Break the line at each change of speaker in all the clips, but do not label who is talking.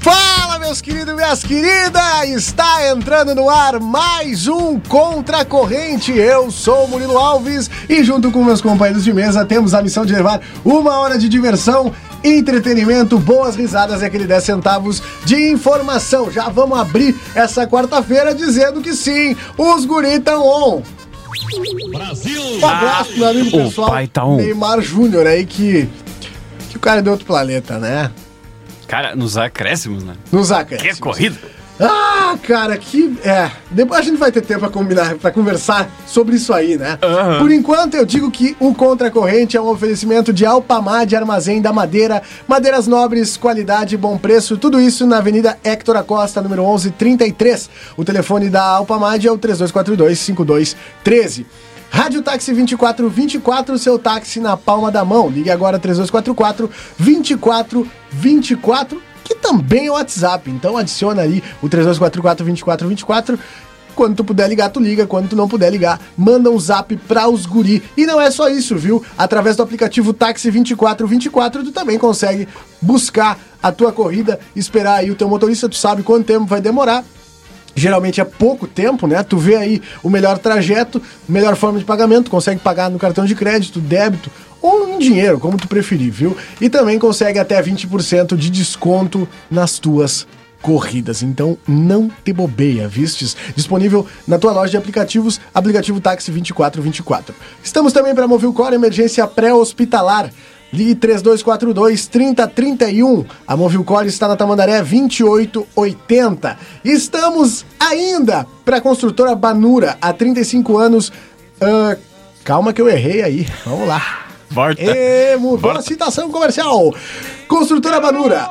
Fala, meus queridos e minhas queridas! Está entrando no ar mais um Contra a Corrente. Eu sou o Murilo Alves e, junto com meus companheiros de mesa, temos a missão de levar uma hora de diversão, entretenimento, boas risadas e aquele 10 centavos de informação. Já vamos abrir essa quarta-feira dizendo que sim, os guri estão on. Brasil! Um abraço, meu amigo
O
pessoal.
pai tá on.
Neymar Júnior aí que. Que o cara é de outro planeta, né?
Cara, nos acréscimos, né?
Nos acréscimos.
Que corrida!
Ah, cara, que. É. Depois a gente vai ter tempo pra combinar, pra conversar sobre isso aí, né?
Aham.
Por enquanto, eu digo que o Contra a Corrente é um oferecimento de Alpamar de Armazém da Madeira, madeiras nobres, qualidade, bom preço, tudo isso na Avenida Héctor Acosta, número 1133. O telefone da Alpamad é o 3242-5213. Rádio Táxi 2424, seu táxi na palma da mão. Ligue agora 3244 2424, que também é o WhatsApp. Então adiciona ali o 3244 2424. Quando tu puder ligar, tu liga. Quando tu não puder ligar, manda um zap pra os guri. E não é só isso, viu? Através do aplicativo Táxi 2424, tu também consegue buscar a tua corrida, esperar aí o teu motorista, tu sabe quanto tempo vai demorar. Geralmente é pouco tempo, né? Tu vê aí o melhor trajeto, melhor forma de pagamento, consegue pagar no cartão de crédito, débito ou em dinheiro, como tu preferir, viu? E também consegue até 20% de desconto nas tuas corridas. Então não te bobeia, vistes? Disponível na tua loja de aplicativos, aplicativo Táxi 2424. Estamos também para mover o Core Emergência Pré-Hospitalar. Ligue 3242 3031. A Movilcore está na Tamandaré 2880. Estamos ainda para a construtora Banura, há 35 anos. Ah, calma que eu errei aí. Vamos lá.
Volta.
E mudou a citação comercial. Construtora Banura,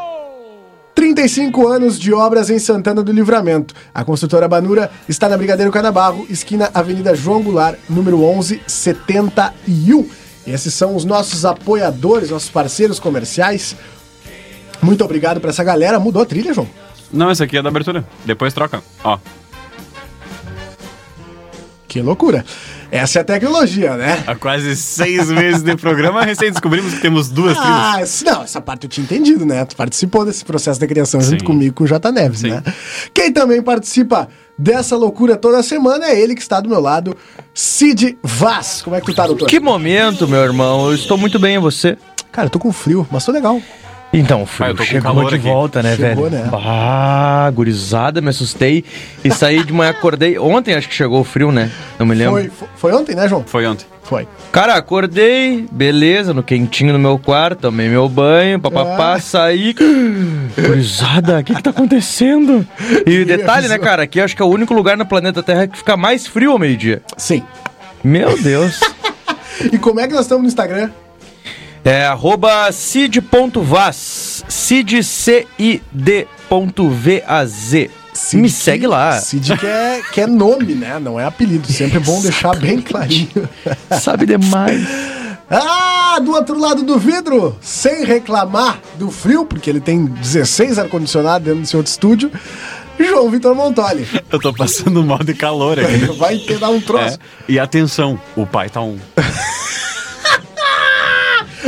35 anos de obras em Santana do Livramento. A construtora Banura está na Brigadeiro Canabarro, esquina Avenida João Goulart, número 1171. E um. esses são os nossos apoiadores, nossos parceiros comerciais. Muito obrigado pra essa galera. Mudou a trilha, João?
Não, essa aqui é da abertura. Depois troca. Ó.
Que loucura. Essa é a tecnologia, né?
Há quase seis meses de programa, recém descobrimos que temos duas
Ah, esse- não, essa parte eu tinha entendido, né? Tu participou desse processo da criação junto
Sim.
comigo, com o J Neves,
Sim.
né? Quem também participa dessa loucura toda semana é ele que está do meu lado, Cid Vaz. Como é que tu tá, doutor?
Que momento, meu irmão. Eu estou muito bem, e você?
Cara, eu tô com frio, mas tô legal.
Então, frio,
Ah, eu tô com
chegou
calor
de
aqui.
volta, né,
Chegou,
velho?
né?
Ah, gurizada, me assustei. E saí de manhã, acordei. Ontem acho que chegou o frio, né? Não me lembro.
Foi, fo- foi ontem, né, João?
Foi ontem.
Foi.
Cara, acordei, beleza, no quentinho no meu quarto, tomei meu banho,
Ah.
papapá, saí. Gurizada, o que que tá acontecendo? E detalhe, né, cara, aqui eu acho que é o único lugar no planeta Terra que fica mais frio ao meio-dia.
Sim.
Meu Deus.
E como é que nós estamos no Instagram?
É arroba cid.vaz. Cid, C-I-D ponto V-A-Z.
Cid
Me
que-
segue lá.
Cid que é, que é nome, né? Não é apelido. Sempre é bom deixar bem clarinho.
Sabe demais.
Ah, do outro lado do vidro, sem reclamar do frio, porque ele tem 16 ar-condicionado dentro do seu outro estúdio, João Vitor Montoli.
Eu tô passando mal de calor aqui.
Vai ter dar um troço.
É. E atenção, o pai tá um.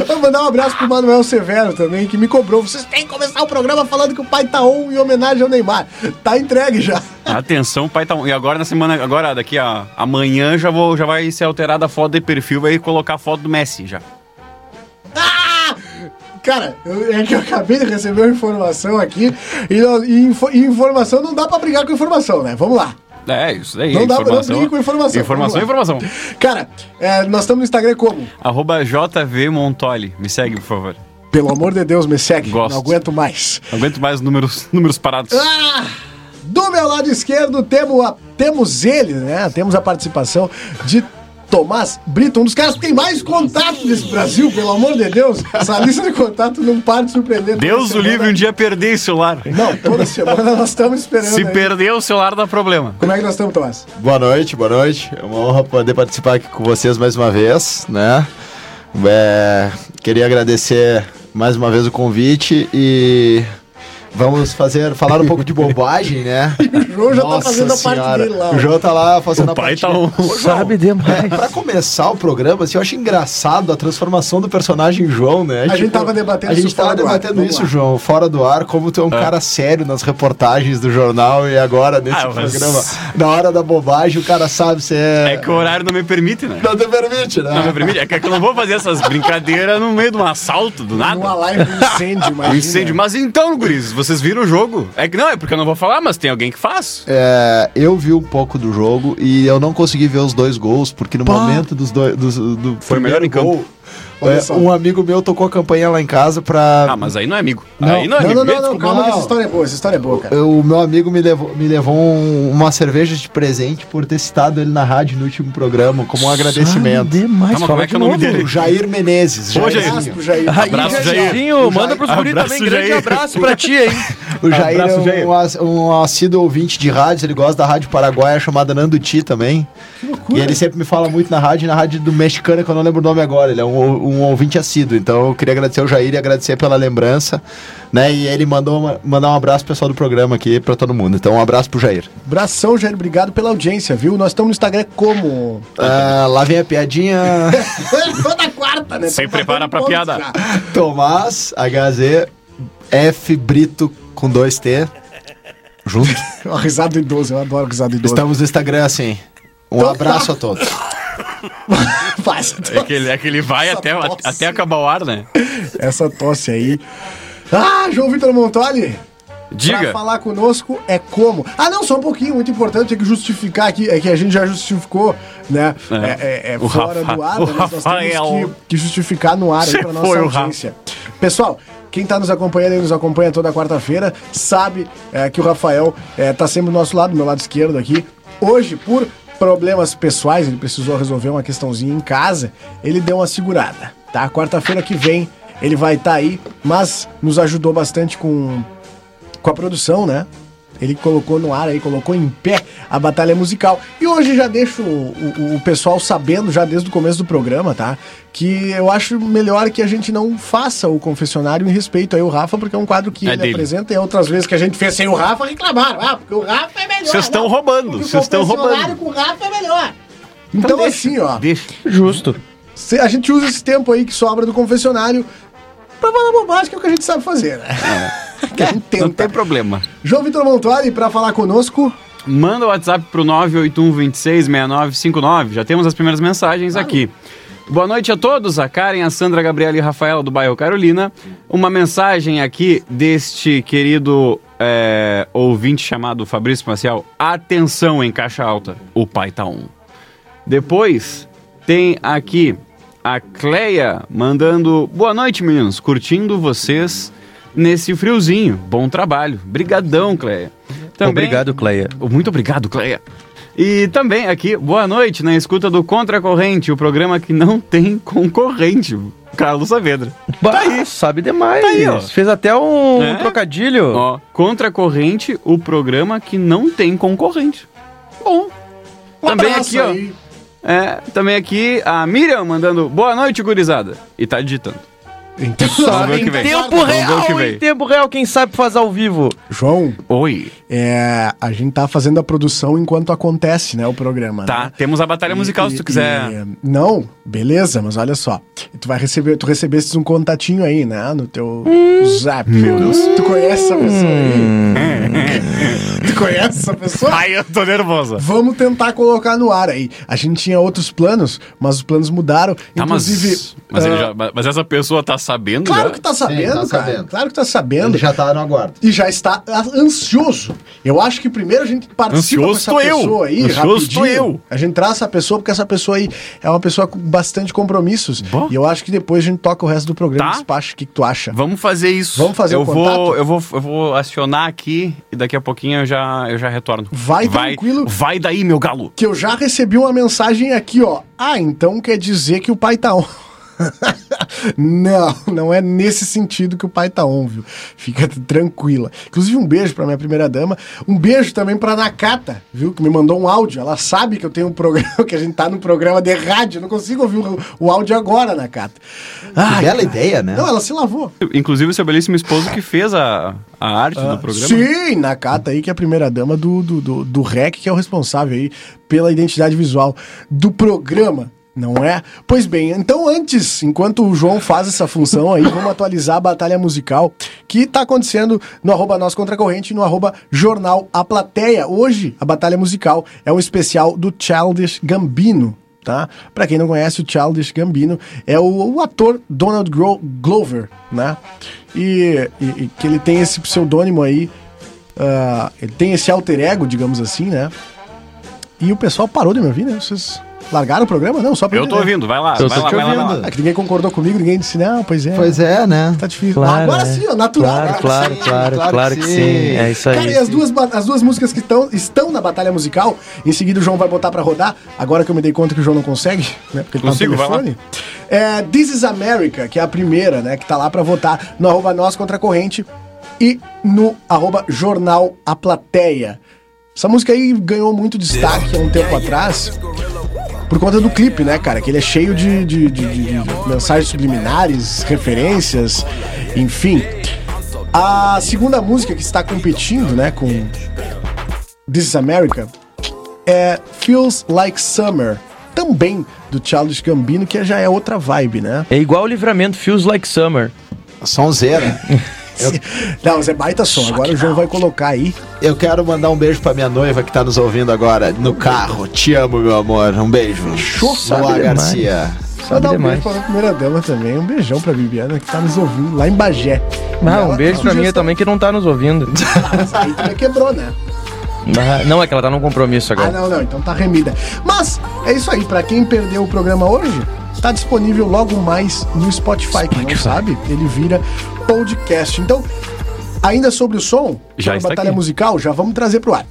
Vou mandar um abraço pro Manuel Severo também, que me cobrou. Vocês têm que começar o programa falando que o pai tá on em homenagem ao Neymar. Tá entregue já.
Atenção, o pai tá um. E agora na semana, agora daqui a amanhã já vou, já vai ser alterada a foto de perfil, vai colocar a foto do Messi já.
Ah! Cara, eu- é que eu acabei de receber uma informação aqui e, não- e info- e informação não dá pra brigar com informação, né? Vamos lá.
É, isso daí.
Não dá pra
informação.
brigar com informação.
Informação,
Vamos lá.
informação.
Cara, é, nós estamos no Instagram como?
Arroba JV Montoli. Me segue, por favor.
Pelo amor de Deus, me segue.
Gosto.
Não aguento mais.
Não aguento mais números, números parados.
Ah, do meu lado esquerdo temos, a- temos ele, né? Temos a participação de Tomás Brito, um dos caras que tem mais contato desse Brasil, pelo amor de Deus. Essa lista de contato não para de surpreender.
Deus o
Toda
livre
semana-
um dia perder esse celular.
Não, toda semana nós estamos esperando.
Se
aí.
perder o celular dá problema.
Como é que nós estamos, Tomás?
Boa noite, boa noite. É uma honra poder participar aqui com vocês mais uma vez, né? É, queria agradecer mais uma vez o convite e vamos fazer falar um pouco de bobagem, né?
O João já tá fazendo a parte
Senhora.
dele lá.
O João tá lá fazendo
O
a
pai
parte
tá um.
Sabe demais.
Pra começar o programa, assim, eu acho engraçado a transformação do personagem João, né?
A gente tava debatendo
a gente
isso
tava
fora do ar.
debatendo
Vamos
isso,
lá.
João, fora do ar, como tu é um cara sério nas reportagens do jornal e agora nesse
Ah, mas-
programa. Na hora da bobagem, o cara sabe se é.
É que o horário não me permite, né?
Não te permite, né?
Não me permite. É que eu não vou fazer essas brincadeiras no meio de um assalto, do
Numa
nada.
live do incêndio, imagina.
Um incêndio. Mas então, guris, vocês viram o jogo? É que não, é porque eu não vou falar, mas tem alguém que faz.
É, eu vi um pouco do jogo e eu não consegui ver os dois gols, porque no
Pá.
momento dos dois. dos- do
Foi melhor em campo.
gol,
Olha
é,
só.
um amigo meu tocou a campanha lá em casa pra.
Ah, mas aí não é amigo.
Não.
Aí não é
Não,
amigo.
não, não,
mesmo.
não.
Calma que essa
Não.
história é boa, essa história é boa, cara.
Eu- o meu amigo me levou, me levou um- uma cerveja de presente por ter citado ele na rádio no último programa, como um agradecimento.
demais.
Calma, como é que é o nome dele?
O Jair Menezes.
Ô,
Jair,
Jair.
Abraço pro Jair.
Aí,
Abraço, Jair.
Jairzinho, manda pros guris
Abraço,
também. Grande
Jair.
abraço pra ti, hein?
O Jair
Abraço,
é
Jair.
um, ass- um assíduo ouvinte de rádios, ele gosta da rádio paraguaia chamada Nanduti também. E ele sempre me fala muito na rádio, e na rádio do mexicano, que eu não lembro o nome agora. Ele é um, um ouvinte assíduo. Então eu queria agradecer ao Jair e agradecer pela lembrança. Né? E ele mandou uma- mandar um abraço pro pessoal do programa aqui pra todo mundo. Então um abraço pro Jair.
Abração, Jair. Obrigado pela audiência, viu? Nós estamos no Instagram como?
Ah, lá vem a piadinha.
Toda quarta, né?
Sem
Tô
prepara
faltando
pra
pontos
piada.
já.
Tomás HZ F Brito com 2T. Junto.
Ó, risada do idoso, eu adoro risada do idoso.
Estamos no Instagram assim. Um
Então tá.
abraço a todos.
Faz a
É que, ele, é que ele vai
Essa
até,
tosse.
até acabar o ar, né?
tosse. Essa tosse aí. Ah, João Vitor Montoli, pra
Diga.
falar conosco é como? Ah, não, só um pouquinho, muito importante, tem que justificar aqui, é que a gente já justificou, né? É, é, é
O
fora
Rafa-
do ar,
o
né, mas nós
Rafael.
temos que, que justificar no ar aí
Você
pra nossa
foi o
audiência. Pessoal, quem tá nos acompanhando e nos acompanha toda quarta-feira sabe é, que o Rafael é, tá sempre do nosso lado, do meu lado esquerdo aqui. Hoje, por problemas pessoais, ele precisou resolver uma questãozinha em casa, ele deu uma segurada, tá? Quarta-feira que vem ele vai estar aí, mas nos ajudou bastante com com a produção, né? Ele colocou no ar aí, colocou em pé a batalha musical. E hoje já deixo o, o- o pessoal sabendo, já desde o começo do programa, tá? Que eu acho melhor que a gente não faça o confessionário em respeito aí ao Rafa, porque é um quadro que
É
ele
dele.
apresenta e outras vezes que a gente fez sem o Rafa reclamaram. Ah, porque o Rafa é melhor.
Vocês estão
não,
roubando,
porque o
vocês estão
confessionário
roubando.
com o Rafa é melhor. Então,
deixa,
assim, ó.
Deixa.
Justo.
Se- A gente usa esse tempo aí que sobra do confessionário pra falar bobagem, que é o que a gente sabe fazer, né? que a gente
É. Não
tenta.
tem problema.
João Vitor Montuari, pra falar conosco.
Manda o WhatsApp pro 981266959. Já temos as primeiras mensagens aqui. Boa noite a todos, a Karen, a Sandra, a Gabriela e a Rafaela do bairro Carolina. Uma mensagem aqui deste querido é, ouvinte chamado Fabrício Marcial. Atenção em caixa alta, o pai tá um. Depois tem aqui a Cleia mandando boa noite, meninos, curtindo vocês nesse friozinho. Bom trabalho. Brigadão, Cleia. Também-
Obrigado, Cleia.
muito obrigado, Cleia. E também aqui, boa noite, na escuta do Contra a Corrente, o programa que não tem concorrente, Carlos Saavedra.
Tá
Bah, Sabe demais.
aí, ó.
Fez até um
É?
trocadilho.
Ó, Contra a Corrente, o programa que não tem concorrente. Bom.
Um
também aqui, ó. É, também aqui a Miriam mandando boa noite, gurizada. E tá digitando.
Então,
Vamos ver o que vem.
Tempo
Vamos ver o que
real,
vem.
em tempo real, quem sabe faz ao vivo.
João,
Oi.
é, a gente tá fazendo a produção enquanto acontece, né, o programa.
Tá,
né?
temos a batalha musical se
E-
tu quiser.
e- não, beleza, mas olha só. Tu vai receber, tu recebestes um contatinho aí, né, no teu zap. Meu Deus. Tu conhece essa pessoa aí? tu conhece essa pessoa?
Ai, eu tô nervosa.
Vamos tentar colocar no ar aí. A gente tinha outros planos, mas os planos mudaram. ah,
Tá, mas, mas, ele já- mas essa pessoa tá
sabendo
Claro
já?
que tá sabendo,
tá
cara.
sabendo.
Claro que tá sabendo.
Ele já tá no aguardo.
E já está a- ansioso. Eu acho que primeiro a gente participa
Ansioso
com
tô
essa
eu.
pessoa aí,
Ansioso
rapidinho.
tô eu.
A gente traz essa pessoa porque essa pessoa aí é uma pessoa com bastante compromissos.
Bom.
E eu acho que depois a gente toca o resto do programa
Tá.
e despacha. O que, que tu acha?
Vamos fazer isso.
Vamos fazer
eu
o contato?
vou, eu vou, eu vou acionar aqui e daqui a pouquinho eu já, eu já retorno.
Vai tranquilo.
Vai daí, meu galo.
Que eu já recebi uma mensagem aqui, ó. Ah, então quer dizer que o pai tá on. não, não é nesse sentido que o pai tá on, viu? Fica tranquila. Inclusive, um beijo pra minha primeira dama. Um beijo também pra Nakata, viu? Que me mandou um áudio. Ela sabe que eu tenho um programa, que a gente tá num programa de rádio. Eu não consigo ouvir o, o áudio agora, Nakata. Ai,
bela ideia, né?
Não, ela se lavou.
Inclusive, o seu belíssimo esposo que fez a, a arte do programa.
Ah, Sim, Nakata aí, que é a primeira dama do, do, do, do REC, que é o responsável aí pela identidade visual do programa. Não é? Pois bem, então antes, enquanto o João faz essa função aí, vamos atualizar a batalha musical que tá acontecendo no arroba Nós Contra a Corrente e no arroba Jornal A Plateia. Hoje, a batalha musical é um especial do Childish Gambino tá? Para quem não conhece, o Childish Gambino é o, o ator Donald Gro Glover, né? E, e- e que ele tem esse pseudônimo aí, ah, ele tem esse alter ego, digamos assim, né? E o pessoal parou de me ouvir, né? Vocês largaram o programa? Não, só pra
Eu tô
entender.
ouvindo, vai lá,
Eu
vai
tô
lá,
te
vai lá, vai lá.
ouvindo.
Ah, que ninguém concordou comigo, ninguém disse, não, pois é.
Pois é, né?
Tá difícil.
Claro,
Agora
é.
sim, ó, natural.
Claro,
né?
claro,
sim,
claro,
claro
claro
que
que
sim.
sim. É isso aí.
Cara, e as duas, ba- as duas músicas que tão, estão na batalha musical, em seguida o João vai botar pra rodar, agora que eu me dei conta que o João não consegue, né? Porque ele
Consigo,
tá
vai
no
lá.
telefone. É, This is America, que é a primeira, né? Que tá lá pra votar no arroba nós contra a corrente e no arroba jornal a plateia. Essa música aí ganhou muito destaque há um tempo atrás. Por conta do clipe, né, cara? Que ele é cheio de, de- de- de- de mensagens subliminares, referências, enfim. A segunda música que está competindo, né, com This is America, é Feels Like Summer, também do Charles Gambino, que já é outra vibe, né?
É igual o livramento Feels Like Summer.
um Sonzeira.
Não, mas é baita som. Agora o João vai colocar aí.
Eu quero mandar um beijo pra minha noiva que tá nos ouvindo agora no carro. Te amo, meu amor. Um beijo.
Show,
Sua
sabe
Garcia.
Vai
Sabe
dar um
demais.
beijo pra minha primeira dama também. Um beijão pra Bibiana que tá nos ouvindo lá em Bagé.
Ah,
Ela-
um beijo pra minha
sugestão-
também que não tá nos ouvindo.
Mas aí também quebrou, né?
Ah, Não, é que ela tá num compromisso
Ah,
agora.
não, não, então tá remida. Mas é isso aí, pra quem perdeu o programa hoje, tá disponível logo mais no Spotify, quem não sabe, ele vira podcast. Então, ainda sobre o som,
Já
sobre a
está
batalha
aqui.
musical, já vamos trazer pro ar.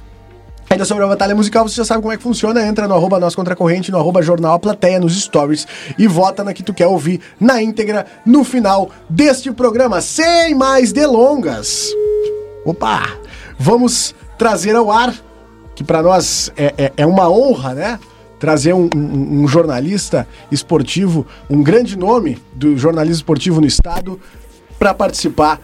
Ainda sobre a batalha musical, você já sabe como é que funciona. Entra no arroba Nós Contra a Corrente, no arroba Jornal A Plateia, nos stories e vota na que tu quer ouvir na íntegra no final deste programa. Sem mais delongas. Opa! Vamos trazer ao ar, que pra nós é, é- é uma honra, né? Trazer um, um- um jornalista esportivo, um grande nome do jornalismo esportivo no estado, para participar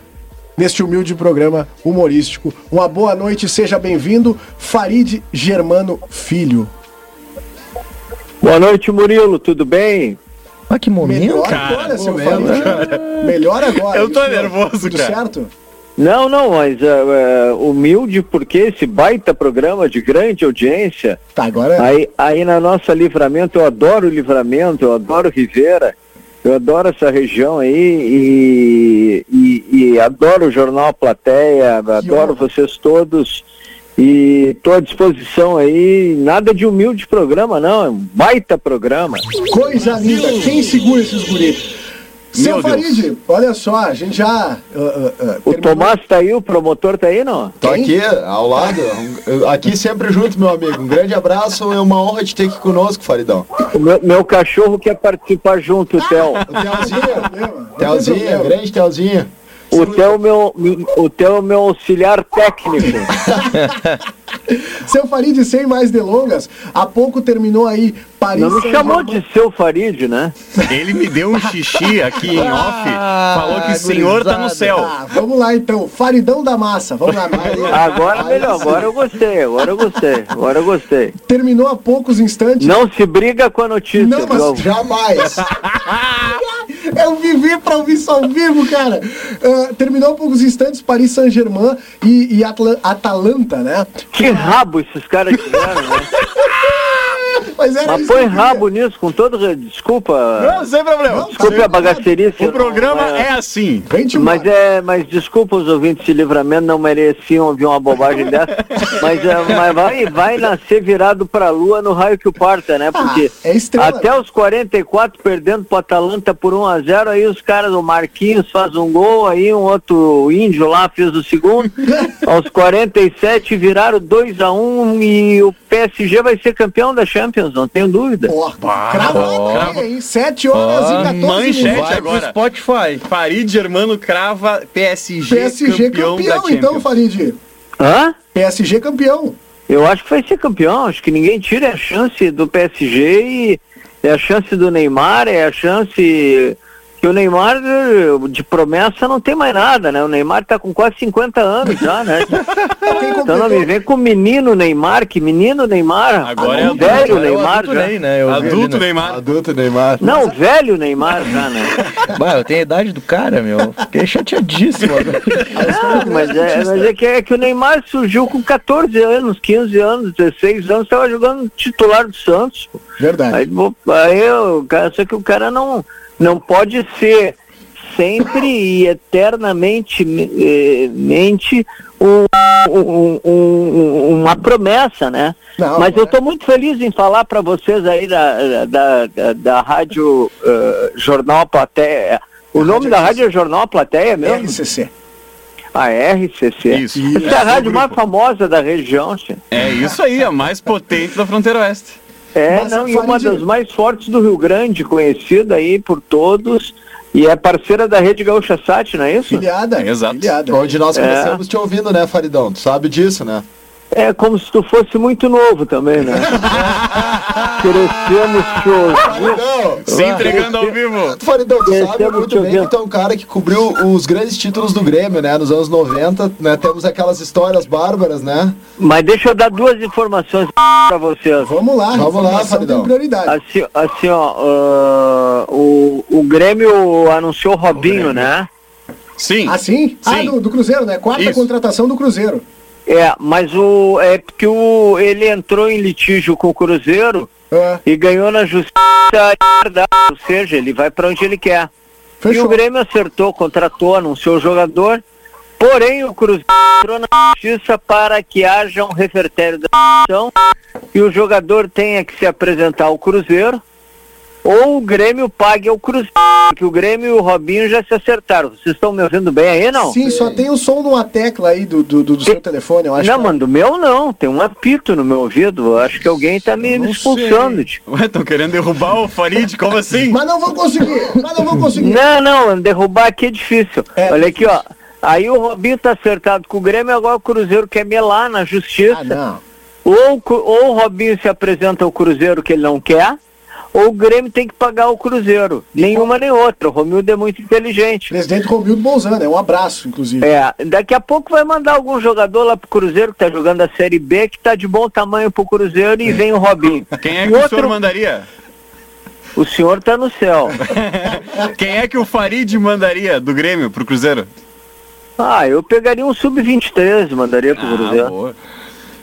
neste humilde programa humorístico. Uma boa noite, seja bem-vindo, Farid Germano Filho.
Boa noite, Murilo, tudo bem?
Ah, que momento.
Melhor agora, seu Farid. Melhor agora.
Eu tô
isso,
nervoso,
tudo
cara.
certo?
Não, não, mas ah, ah, humilde porque esse baita programa de grande audiência.
Tá, agora.
Aí, aí na nossa Livramento, eu adoro o Livramento, eu adoro Rivera, eu adoro essa região aí e, e- e adoro o Jornal A Plateia, adoro vocês todos e estou à disposição aí. Nada de humilde programa, não, é um baita programa.
Coisa linda, quem segura esses guris? Seu
Meu
Farid, olha só, a gente já. ah, ah, ah,
O
terminou-
Tomás tá aí, o promotor tá aí, não?
Tô aqui, ao lado. Um- Aqui sempre junto, meu amigo. Um grande abraço. É uma honra te ter aqui conosco, Faridão.
Meu, meu cachorro quer participar junto,
Ah.
Theo.
O Telzinho.
Não tem
Telzinho,
problema.
grande Telzinho.
O Theo é o meu, o Theo é o meu auxiliar técnico.
Ah,
Seu Farid, sem mais delongas, há pouco terminou aí Paris.
Não me chamou de seu Farid, né?
Ele me deu um xixi aqui em off, falou que o senhor tá no céu.
Ah, vamos lá então, Faridão da Massa, vamos lá.
Ah,
Agora melhor, agora eu gostei, agora eu gostei, agora eu gostei.
terminou há poucos instantes.
Não se briga com a notícia,
Não, mas
viu?
Jamais.
Eu vivi pra ouvir isso ao vivo, cara. Ah, terminou há poucos instantes Paris Saint-Germain e, e Atla- Atalanta, né?
Que rabo esses caras tiveram, né?
Mas era
Mas
isso que
põe
eu queria.
rabo nisso, com todo. re- Desculpa.
Não, sem problema.
tá
Desculpa a bagacerice.
O programa é
Tá
assim.
Vem-te
Mas
embora.
é, mas desculpa os ouvintes de livramento, não mereciam ouvir uma bobagem dessa. Mas, é, mas vai, vai nascer virado pra lua no raio que o parta, né? Porque
Ah, é estrela.
até os 44 perdendo pro Atalanta por 1 a 0 aí os caras, o Marquinhos faz um gol, aí um outro índio lá fez o segundo. Aos 47 viraram 2 a 1 e o PSG vai ser campeão da Champions, não tenho dúvida.
Ó, cravado aí, hein? 7 horas e 14
manchete
minutos.
agora.
Spotify.
Farid Germano crava PSG,
PSG campeão, então, Farid.
Hã?
PSG campeão.
Eu acho que vai ser campeão, acho que ninguém tira é a chance do PSG e é a chance do Neymar, é a chance que o Neymar eh, de promessa não tem mais nada, né? O Neymar tá com quase 50 anos já, né? então não me vem com o menino Neymar, que menino Neymar,
Agora
Agora
é
é
É
velho
o
Neymar
adulto
já.
Ney, né? Eu vi ali,
Adulto
né?
Neymar.
Adulto Neymar.
Não, velho Neymar já, né?
Bah, eu tenho a idade do cara, meu. Fiquei chateadíssimo agora.
Ah, mas é, mas é que, é que o Neymar surgiu com 14 anos, 15 anos, 16 anos, estava jogando titular do Santos. pô.
Verdade.
Aí, bo- aí o cara, só que o cara não, não pode ser sempre e eternamente eh, mente um- um- um- uma promessa, né?
Não,
Mas eu
é.
estou muito feliz em falar para vocês aí da, da, da, da rádio eh, Jornal Plateia. O nome da rádio é Jornal Plateia mesmo?
RCC.
A RCC.
Isso.
Essa é a rádio mais famosa da região, sim.
É isso aí, a mais potente da fronteira oeste.
É,
Mas
não, e
fale
uma
de-
das mais fortes do Rio Grande, conhecida aí por todos, e é parceira da Rede Gaúcha Sat, não é isso?
Filiada.
Exato.
Filiada.
Onde nós começamos te ouvindo, né, Faridão? Tu sabe disso, né?
É como se tu fosse muito novo também, né? Crescemos te ouvindo.
Faridão!
Se entregando ao vivo.
Faridão, tu
Esse
sabe
é o
muito
tio
bem que
Bento.
tu é um cara que cobriu os grandes títulos do Grêmio, né? Nos anos 90, né? Temos aquelas histórias bárbaras, né?
Mas deixa eu dar duas informações para vocês.
Vamos lá,
Vamos lá,
informação
Faridão.
tem prioridade.
Assim, assim ó, ah, o, o Grêmio anunciou o Robinho, né?
Sim.
Assim? Ah,
Sim.
do, do Cruzeiro, né? Quarta
Isso.
contratação do Cruzeiro.
É, mas o é porque o, ele entrou em litígio com o Cruzeiro
É,
e ganhou na justiça liberdade, ou seja, ele vai para onde ele quer. E o
fechou.
Grêmio acertou, contratou, anunciou o jogador, porém o Cruzeiro entrou na justiça para que haja um refertério da ação e o jogador tenha que se apresentar ao Cruzeiro ou o Grêmio pague ao Cruzeiro, porque o Grêmio e o Robinho já se acertaram. Vocês estão me ouvindo bem aí, não?
Sim, só tem o som numa tecla aí do, do, do seu
Sim.
telefone, eu acho.
não,
que-
mano, do meu não. Tem um apito no meu ouvido. Eu Acho que alguém tá me expulsando. tipo. tio.
Ué, estão querendo derrubar o Farid? Como assim?
Mas não vou conseguir, mas não vou conseguir.
Não, não, derrubar aqui é difícil.
É,
Olha aqui, ó. Aí o Robinho tá acertado com o Grêmio, agora o Cruzeiro quer melar na justiça.
Ah, não.
ou, o Cru- ou o Robinho se apresenta ao Cruzeiro que ele não quer, ou o Grêmio tem que pagar o Cruzeiro. Nenhuma nem outra. O Romildo é muito inteligente.
Presidente Romildo Bolzano, é um abraço, inclusive.
É, daqui a pouco vai mandar algum jogador lá pro Cruzeiro que tá jogando a Série B, que tá de bom tamanho pro Cruzeiro e vem o Robinho.
É. Quem é
O
que o senhor
outro-
mandaria?
O senhor tá no céu.
Quem é que o Farid mandaria do Grêmio pro Cruzeiro?
Ah, eu pegaria um sub-23, mandaria pro Cruzeiro.
Ah, boa.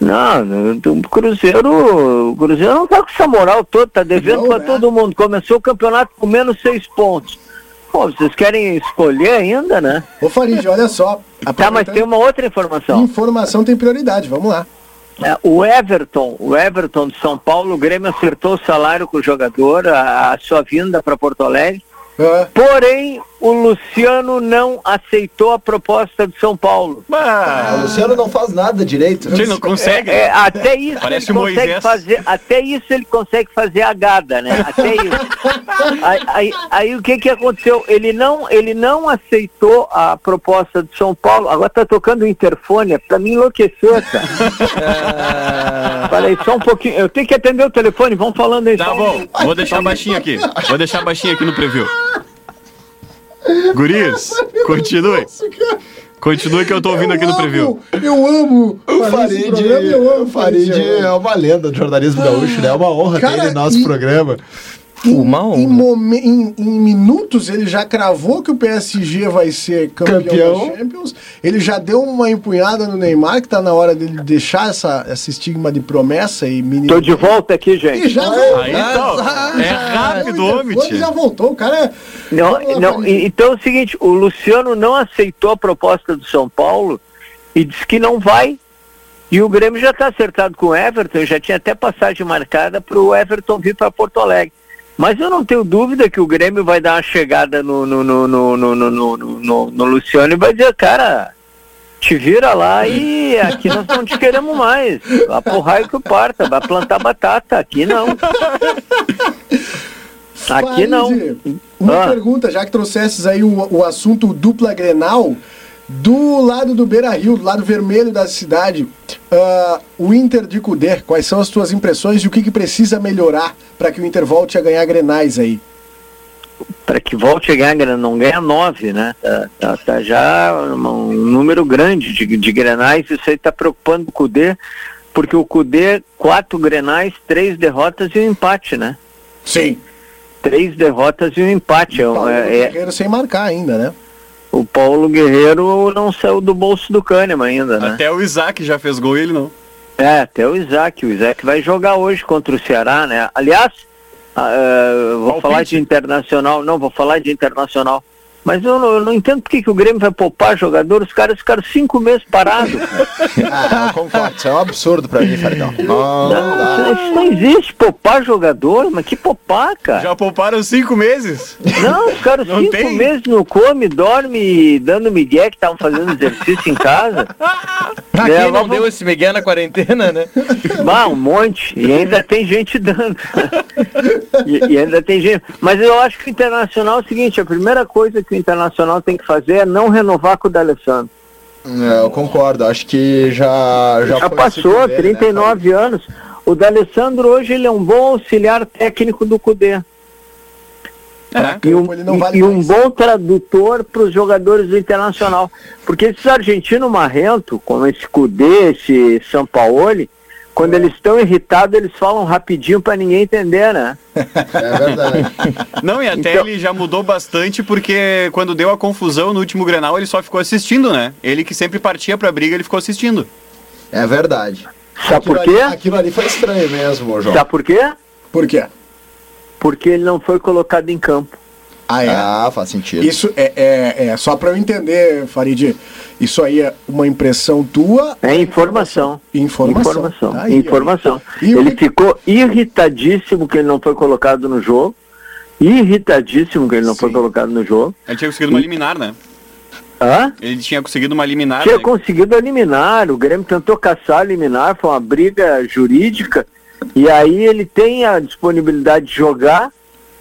Não, o Cruzeiro, o Cruzeiro não tá com essa moral toda, tá devendo
Não,
pra
né?
todo mundo. Começou o campeonato com menos seis pontos. Pô, vocês querem escolher ainda, né?
Ô Farid, olha só.
Tá, mas
aproveitando-
tem uma outra informação.
Informação tem prioridade, vamos lá.
É, o Everton, o Everton de São Paulo, o Grêmio acertou o salário com o jogador, a, a sua vinda para Porto Alegre.
É.
Ah,
Porém, o Luciano não aceitou a proposta de São Paulo.
Ah, o Luciano não faz nada direito.
Você não consegue?
É, até isso
Parece
ele
o
consegue
Moisés.
fazer, até isso ele consegue fazer a gada, né? Até isso. aí, aí- aí o que que aconteceu? Ele não, ele não aceitou a proposta de São Paulo. Agora tá tocando o interfone, pra me enlouquecer, cara. Falei só um pouquinho, eu tenho que atender o telefone, vão falando aí.
Tá
só um-
bom, vou deixar baixinho aqui. Vou deixar baixinho aqui no preview. Gurias, continue.
É.
Continue que eu tô ouvindo aqui no preview.
amo, eu amo.
O
esse
Farid,
programa, eu amo
o Farid
eu amo.
é uma lenda do jornalismo gaúcho, né? É uma honra
Cara,
ter ele no nosso
e-
programa.
Em,
Uma honra.
em, momen- em- em minutos, ele já cravou que o PSG vai ser campeão,
Campeão.
da Champions. Ele já deu uma empunhada no Neymar, que tá na hora dele deixar essa, esse estigma de promessa e menino.
Tô de volta aqui,
E
gente.
já voltou. Ah,
Aí tá. É rápido, homem,
Ele
tio.
já voltou, o cara é.
Não,
Vamos lá,
não,
Fabrício.
e- então é o seguinte, o Luciano não aceitou a proposta do São Paulo e disse que não vai. E o Grêmio já está acertado com o Everton, já tinha até passagem marcada para o Everton vir para Porto Alegre. Mas eu não tenho dúvida que o Grêmio vai dar uma chegada no, no, no, no, no, no, no, no- no- no Luciano e vai dizer, cara, te vira lá e aqui nós não te queremos mais. Vá pro raio que o parta, vai plantar batata, aqui não. Aqui não.
Farid, Uma
Ah.
pergunta, já que trouxesses aí o, o assunto dupla Grenal, do lado do Beira Rio, do lado vermelho da cidade, ah, o Inter de Cudê, quais são as tuas impressões e o que, que precisa melhorar para que o Inter volte a ganhar Grenais aí?
para que volte a ganhar, grana, não ganha nove, né? Tá, tá- tá já um, um número grande de, de grenais, isso aí está preocupando o Cudê, porque o Cudê, quatro grenais, três derrotas e um empate, né?
Sim.
Três derrotas e um empate. É um-
Paulo
é- é-
Guerreiro sem marcar ainda, né?
o Paulo Guerreiro não saiu do bolso do Kahneman ainda, né?
Até o Isaac já fez gol e ele não.
É, até o Isaac. O Isaac vai jogar hoje contra o Ceará, né? Aliás, ah, eh, vou falar de internacional. Não, vou falar de internacional. Mas eu não, eu não entendo por que, que o Grêmio vai poupar jogador. Os caras ficaram cinco meses parados.
Ah, eu concordo. Isso é um absurdo pra mim, Fardão. Não, não dá.
Não, isso não existe. Poupar jogador? Mas que poupar, cara?
Já pouparam cinco meses?
Não, os caras
Não
cinco
tem?
meses não come, dorme, dando migué que estavam fazendo exercício em casa.
Pra
É,
quem Né, não
vamos-
deu esse migué na quarentena, né?
Bah, um monte. E ainda tem gente dando. e, e ainda tem gente. Mas eu acho que o Internacional é o seguinte, a primeira coisa que o Internacional tem que fazer é não renovar com o D'Alessandro.
É, eu concordo. Acho que já. Já,
Já,
foi
assim
passou,
esse poder, né,
39 anos. O D'Alessandro hoje ele é um bom auxiliar técnico do Cudê. E um,
É, ele não
e-
vale
e um
mais.
bom tradutor para os jogadores do Internacional. Porque esses argentinos marrento, como esse Cudê, esse Sampaoli, quando
É.
eles estão irritados, eles falam rapidinho para ninguém entender, né?
É verdade.
Não, e até
Então-
ele já mudou bastante, porque quando deu a confusão no último Grenal, ele só ficou assistindo, né? Ele que sempre partia pra briga, ele ficou assistindo.
É verdade.
Sabe por
Aquilo
quê? Tá.
ali- Aquilo ali foi estranho mesmo, João.
Sabe por quê?
Por quê?
Porque ele não foi colocado em campo.
Ah, é.
Ah, faz sentido.
Isso é, é, é só para eu entender, Farid. Isso aí é uma impressão tua?
É informação.
Informação.
Informação.
Tá aí,
informação.
ó. E o
ele
que-
ficou irritadíssimo que ele não foi colocado no jogo. Irritadíssimo que ele não foi colocado no jogo.
Ele tinha conseguido uma liminar, né?
Hã?
Ele tinha conseguido uma liminar.
Tinha
né?
conseguido eliminar, o Grêmio tentou caçar eliminar, foi uma briga jurídica. E aí ele tem a disponibilidade de jogar.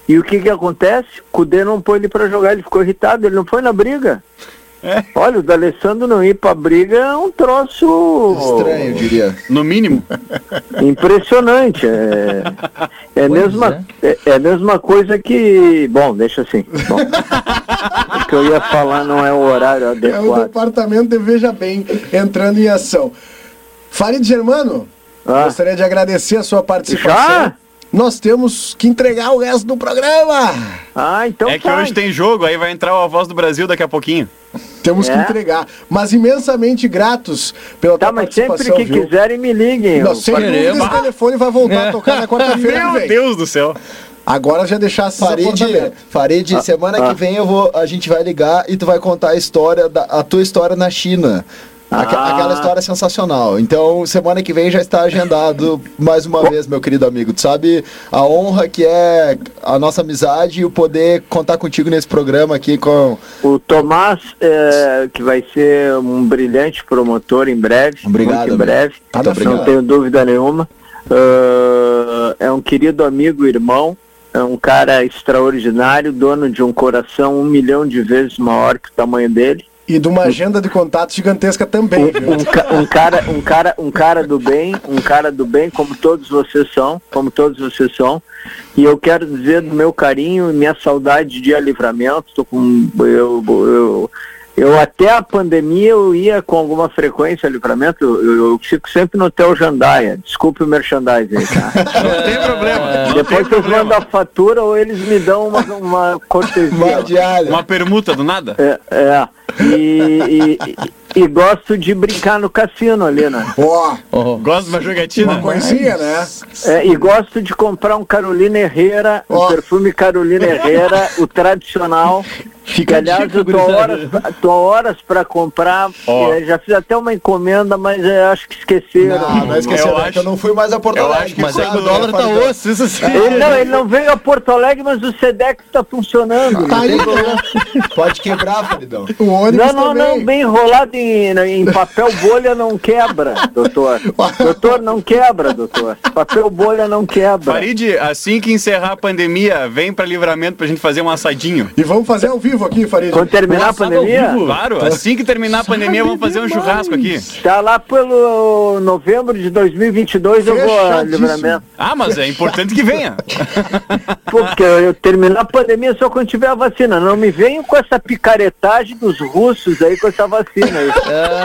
E o que que acontece? O Cudê não põe ele pra jogar, ele ficou irritado, ele não foi na briga.
É.
Olha, o D'Alessandro não ir pra briga é um troço
Estranho, eu diria.
No mínimo.
impressionante. É, é a
Pois
mesma, é. é a mesma coisa que. Bom, deixa assim. Bom. o que eu ia falar não é o horário
É o
adequado.
departamento de Veja Bem entrando em ação. Farid Germano,
Ah.
gostaria de agradecer a sua participação.
Já?
Nós temos que entregar o resto do programa.
Ah, então
é que
tá,
hoje tem jogo, aí vai entrar o A Voz do Brasil daqui a pouquinho.
Temos que
É.
entregar. Mas imensamente gratos pela
Tá,
tua
mas
participação.
sempre que
viu?
quiserem me liguem.
Nós, sem
Faremos.
dúvida, esse telefone vai voltar a tocar na quarta-feira que
Meu
vem.
Deus do céu.
Agora já deixar essa
Farid, Farid, semana que vem eu vou, a gente vai ligar e tu vai contar a história da, a tua história na China. Aque-
Ah.
Aquela história sensacional. Então, semana que vem já está agendado mais uma vez, meu querido amigo. Tu sabe a honra que é a nossa amizade e o poder contar contigo nesse programa aqui com.
O Tomás, eh, que vai ser um brilhante promotor em breve.
Obrigado,
Muito em
amigo.
breve.
Tá,
não
obrigado.
tenho dúvida nenhuma. Ah, é um querido amigo, irmão. É um cara extraordinário, dono de um coração um milhão de vezes maior que o tamanho dele.
E de uma agenda de contatos gigantesca também, viu?
Um, ca- um cara, um cara, um cara do bem, um cara do bem, como todos vocês são, como todos vocês são. E eu quero dizer do meu carinho e minha saudade de livramento. Tô com eu, eu Eu até a pandemia eu ia com alguma frequência a livramento, eu, eu fico sempre no hotel Jandaia. Desculpe o merchandising, tá?
Não tem problema. não tem
Depois vocês
problema.
mandam a fatura ou eles me dão uma, uma cortesia.
Uma diária.
Uma permuta do nada?
É, é. E, e- e gosto de brincar no cassino ali, né?
Ó,
Gosta de uma jogatina?
uma coisinha, né?
É, e gosto de comprar um Carolina Herrera,
Ó.
o perfume Carolina Herrera, o tradicional. que,
Fica
aliás, eu tô horas, tô horas para comprar.
Ó.
eh, já fiz até uma encomenda, mas eh, acho que esqueceram.
Não, não
Eu
esqueceu, né?
acho-
que eu não fui mais a Porto
eu
Alegre. né,
acho que
Mas é que
quando-
o dólar tá osso, isso sim.
Ele não, é- ele não veio a Porto Alegre, mas o SEDEX está funcionando.
Tá aí,
Pode quebrar, Faridão.
o ônibus
Não, não,
também.
não, bem enrolado em, né, em papel bolha não quebra, doutor. doutor, não quebra, doutor. Papel bolha não quebra.
Farid, assim que encerrar a pandemia, vem pra livramento pra gente fazer um assadinho.
E vamos fazer ao vivo aqui, Farid.
Quando terminar a
Assado ao
pandemia,
vivo?
Claro, assim que terminar a pandemia, vamos fazer um churrasco aqui.
tá lá pelo novembro de 2022 eu vou a
Fechadíssimo.
livramento.
Ah, mas é importante que venha.
Pô, Porque eu, eu terminar a pandemia só quando tiver a vacina. Não me venham com essa picaretagem dos russos aí com essa vacina aí.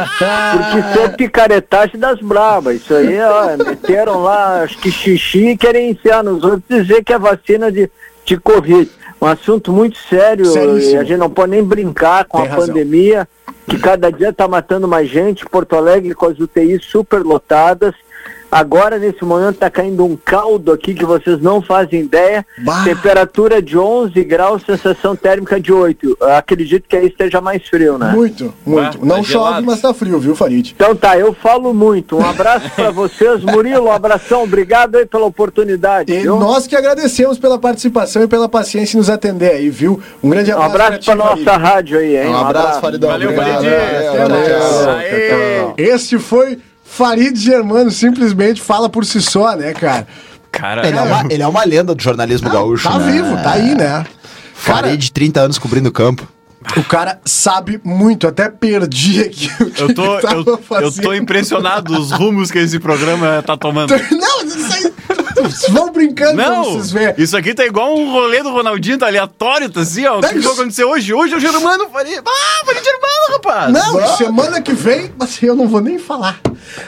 Porque isso é picaretagem das bravas. Isso aí, ó, meteram lá, acho que xixi e querem enfiar nos outros dizer que é vacina de, de Covid. Um assunto muito sério
Seríssimo.
e a gente não pode nem brincar com
Tem
a
razão.
pandemia, que cada dia está matando mais gente. Porto Alegre com as UTIs superlotadas. Agora, nesse momento, está caindo um caldo aqui que vocês não fazem ideia.
Bah.
Temperatura de 11 graus, sensação térmica de 8. Acredito que aí esteja mais frio, né?
Muito, muito.
Bah,
não
tá
chove,
gelado.
mas tá frio, viu, Farid?
Então tá, eu falo muito. Um abraço pra vocês, Murilo, um abração, obrigado aí pela oportunidade.
E
viu?
nós que agradecemos pela participação e pela paciência em nos atender aí, viu? Um grande
Um
abraço,
abraço pra nossa rádio aí, hein?
Um abraço, Faridão.
Valeu,
Obrigado.
Farid.
Valeu,
Até
valeu.
mais.
Tchau,
Aê.
tchau.
Este foi Farid Germano, simplesmente fala por si só, né, cara?
Cara,
Ele é, uma, ele é uma lenda do jornalismo gaúcho.
Tá
né?
vivo, tá aí, né?
Farid, de 30 anos cobrindo o campo.
O cara sabe muito, até perdi aqui o que
Eu tô,
ele tava
eu, eu
fazendo.
tô impressionado os rumos que esse programa tá tomando.
Não, isso aí, vocês vão brincando pra
Não,
vocês verem.
isso aqui tá igual um rolê do Ronaldinho, tá aleatório, tá assim, ó. O que
Deve-
que aconteceu hoje? Hoje é o Germano. Farid. Ah, Farid Germano, rapaz.
Não, semana que vem, mas eu não vou nem falar.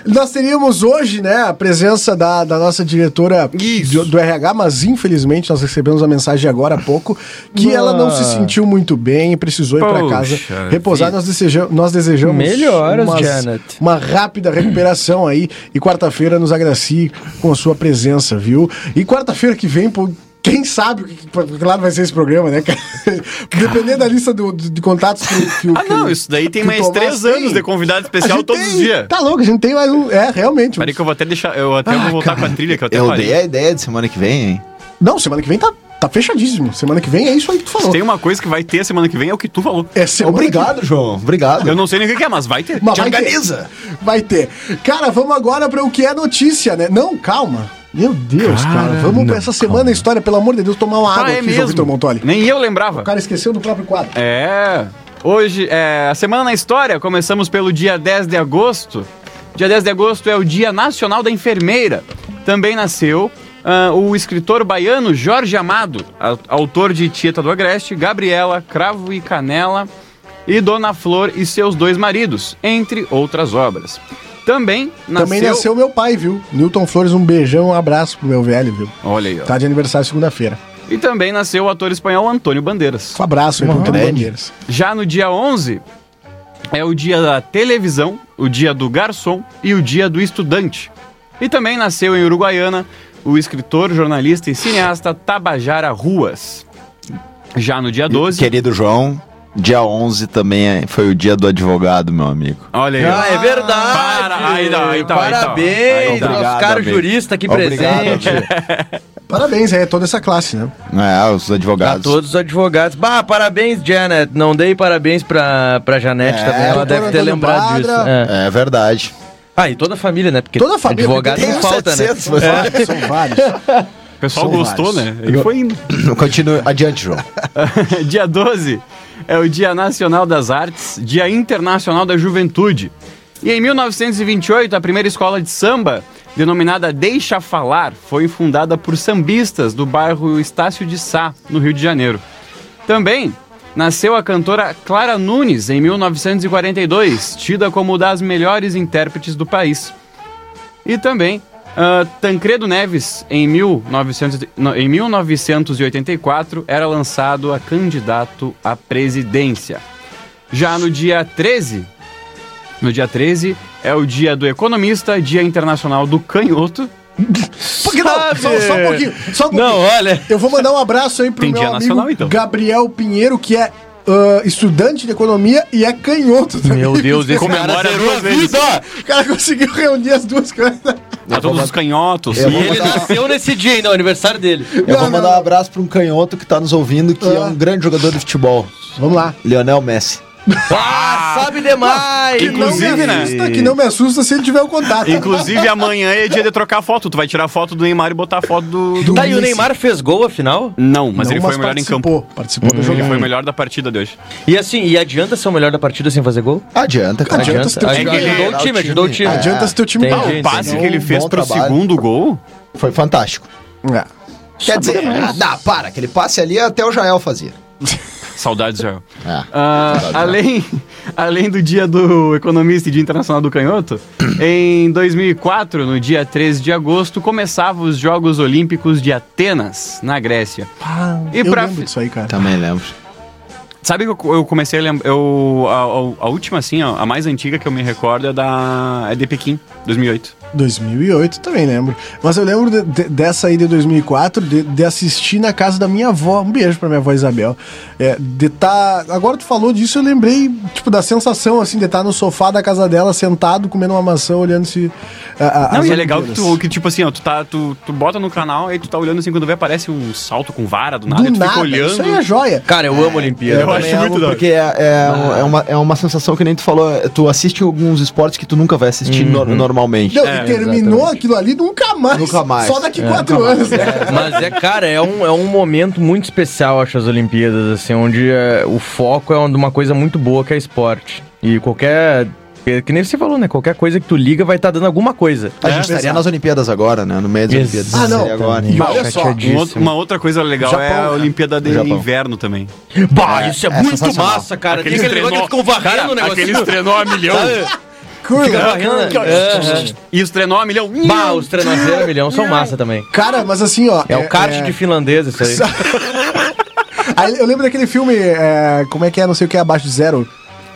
Nós teríamos hoje, né, a presença da, da nossa diretora
Isso.
do, do RH, mas infelizmente nós recebemos a mensagem agora há pouco que ela não se sentiu muito bem e precisou ir pra
Poxa
casa repousar. Nós desejamos, nós desejamos
Melhoras, Janet.
uma rápida recuperação aí e quarta-feira nos agracie com a sua presença, viu? E quarta-feira que vem, pô, quem sabe, o que- que- claro, vai ser esse programa, né, cara? Dependendo da lista do- de, de contatos que, o- que o-
Ah,
que o-
não, isso daí tem
que o
mais
Tomás
três
tem.
anos de convidado
A
especial
gente
todos
tem-
os dias.
Tá louco, a gente tem mais um. É, realmente.
Peraí que eu vou até deixar. Eu até vou voltar com a trilha que eu até
Eu
parei.
dei a ideia de semana que vem, hein?
Não, semana que vem tá, tá fechadíssimo. Semana que vem é isso aí que tu falou.
Tem uma coisa que vai ter semana que vem, é o que tu falou.
É semana
Obrigado, João. Obrigado.
Eu não sei nem o que é, mas vai ter.
que- Mas
Te
vai ter.
organiza.
Vai ter. Cara, vamos agora para o que é notícia, né? Não, calma. Meu Deus, cara. Vamos pra essa semana a história, pelo amor de Deus, tomar uma água
Ah, é
aqui, João
mesmo.
Vitor Montoli.
Nem eu lembrava.
O cara esqueceu do próprio quadro.
É. Hoje, é, a Semana na História, começamos pelo dia 10 de agosto. Dia 10 de agosto é o Dia Nacional da Enfermeira. Também nasceu ah, o escritor baiano Jorge Amado, a- autor de Tieta do Agreste, Gabriela, Cravo e Canela e Dona Flor e seus dois maridos, entre outras obras. Também É, nasceu...
Também nasceu meu pai, viu? Newton Flores, um beijão, um abraço pro meu velho, viu?
Olha aí, ó.
Tá de aniversário segunda-feira.
E também nasceu o ator espanhol Antônio Bandeiras.
Um abraço aí pro Antônio
grande.
Bandeiras.
Já no dia 11 é o dia da televisão, o dia do garçom e o dia do estudante. E também nasceu em Uruguaiana o escritor, jornalista e cineasta Tabajara Ruas. Já no dia 12.
Querido João, dia 11 também é- foi o dia do advogado, meu amigo.
Olha aí. ó.
Ah, é verdade!
Para- aí dá, então, aí dá.
Parabéns,
Aí dá.
nosso
Obrigado,
caro
amigo.
jurista aqui presente.
amigo.
Parabéns aí a toda essa classe, né?
É, os
A
advogados.
todos os advogados. Bah, parabéns, Janet. Não dei parabéns pra, pra Janete também. Ela
doutor
deve ter
Antônio
lembrado
Badra.
disso. É.
É verdade.
Ah, e toda a família, né? Porque
Toda a família,
advogado
porque
não
tem
falta, né?
mas-
São vários.
O pessoal
São
gostou,
vários.
né? E foi indo.
Continua. Adiante, João.
dia 12 é o Dia Nacional das Artes, Dia Internacional da Juventude. E em 1928, a primeira escola de samba, denominada Deixa Falar, foi fundada por sambistas do bairro Estácio de Sá, no Rio de Janeiro. Também nasceu a cantora Clara Nunes em 1942, tida como uma das melhores intérpretes do país. E também ah, Tancredo Neves, em, 1900, e- no- em 1984, era lançado a candidato à presidência. Já no dia 13, no dia 13 é o dia do economista, dia internacional do canhoto.
Porque não, só, só um pouquinho. Só um pouquinho.
Não, olha.
Eu vou mandar um abraço aí pro
Tem
meu
dia
amigo
nacional, então.
Gabriel Pinheiro, que é ah, estudante de economia e é canhoto também.
Meu Deus, esse
Comemora
cara zerou
duas
a vida.
O cara conseguiu reunir as duas coisas.
A Tá todos os canhotos.
E ele nasceu nesse dia ainda, o aniversário dele.
Eu
Não,
vou
não,
mandar
não.
um abraço pra um canhoto que tá nos ouvindo, que é
Ah.
um grande jogador de futebol,
Vamos lá.
Lionel Messi.
Ah, sabe demais!
Que Inclusive,
não me
né?
assusta, que não me assusta se ele tiver o contato.
Inclusive, amanhã é dia de trocar foto. Tu vai tirar foto do Neymar e botar foto do.
Do
Tá, e o
Messi.
Neymar fez gol, afinal?
Não, mas ele foi o melhor em campo.
participou, Participou do jogo.
Ele foi o melhor da partida de hoje.
E assim, e adianta ser o melhor da partida sem fazer gol?
Adianta, cara.
Adianta se teu
Adianta.
time
Ajudou o time, ajudou o time.
Adianta se teu time
Tem
tá.
gente.
o passe
sim.
que ele
Um
fez
bom
pro
trabalho.
segundo gol.
Foi fantástico.
É.
Quer dizer, ah, dá, para, aquele passe ali até o Jael fazia.
Saudades, Joel.
Ah.
Ah,
né?
além, além do dia do economista e dia internacional do canhoto, em 2004, no dia 13 de agosto, começavam os Jogos Olímpicos de Atenas, na Grécia. E
É. eu
pra
lembro
fi-
disso aí, cara.
Também lembro.
Sabe que eu, eu comecei a lembrar. Eu, a, a- a última, assim, ó, a mais antiga que eu me recordo é da. É de Pequim, 2008.
2008 também lembro. Mas eu lembro de- de- dessa aí de 2004, de, de assistir na casa da minha avó. Um beijo pra minha avó Isabel. É, de tá. Agora tu falou disso, eu lembrei, tipo, da sensação, assim, de estar no sofá da casa dela, sentado, comendo uma maçã, olhando se. a- a-
Não,
as
e é legal que,
Olimpíadas.
tu, que, tipo assim, ó, tu, tá, tu, tu bota no canal, aí tu tá olhando assim, quando vê, aparece um salto com vara do nada, e
Do
tu
nada,
fica olhando.
isso aí é joia.
Cara, eu amo a Olimpíada.
Eu, acho muito amo, porque é, é um- é uma, é uma sensação que nem tu falou. é, Tu assiste alguns esportes que tu nunca vai assistir no- normalmente.
Não, e
É,
terminou aquilo ali nunca mais.
Nunca mais.
Só daqui quatro anos. né?
Mas é, cara, é um, é um momento muito especial, acho, as Olimpíadas, assim, onde é, o foco é uma coisa muito boa que é esporte. E qualquer. é Que nem você falou, né? Qualquer coisa que tu liga vai estar dando alguma coisa.
A gente estaria nas Olimpíadas agora, né? No meio das
Ex-
Olimpíadas.
Ah, não.
Seria Agora.
E olha só,
Um outro-
Chateadíssimo.
uma outra coisa legal
Japão,
é a
né?
Olimpíada de
Japão.
Inverno também.
Bah, isso é,
é
muito
sensacional.
massa, cara.
Aqueles
Tem aquele negócio que
trenó-
ficam varrendo
Cara,
o negócio. Tá.
aqueles trenó a milhão.
Fica né? varrendo. Aham.
E os trenó a milhão.
Bah, os trenó milhão são massa também.
Cara, mas assim, ó.
É, o kart de finlandês isso aí.
Aí eu lembro daquele filme, é, como é que é, não sei o que, abaixo de zero.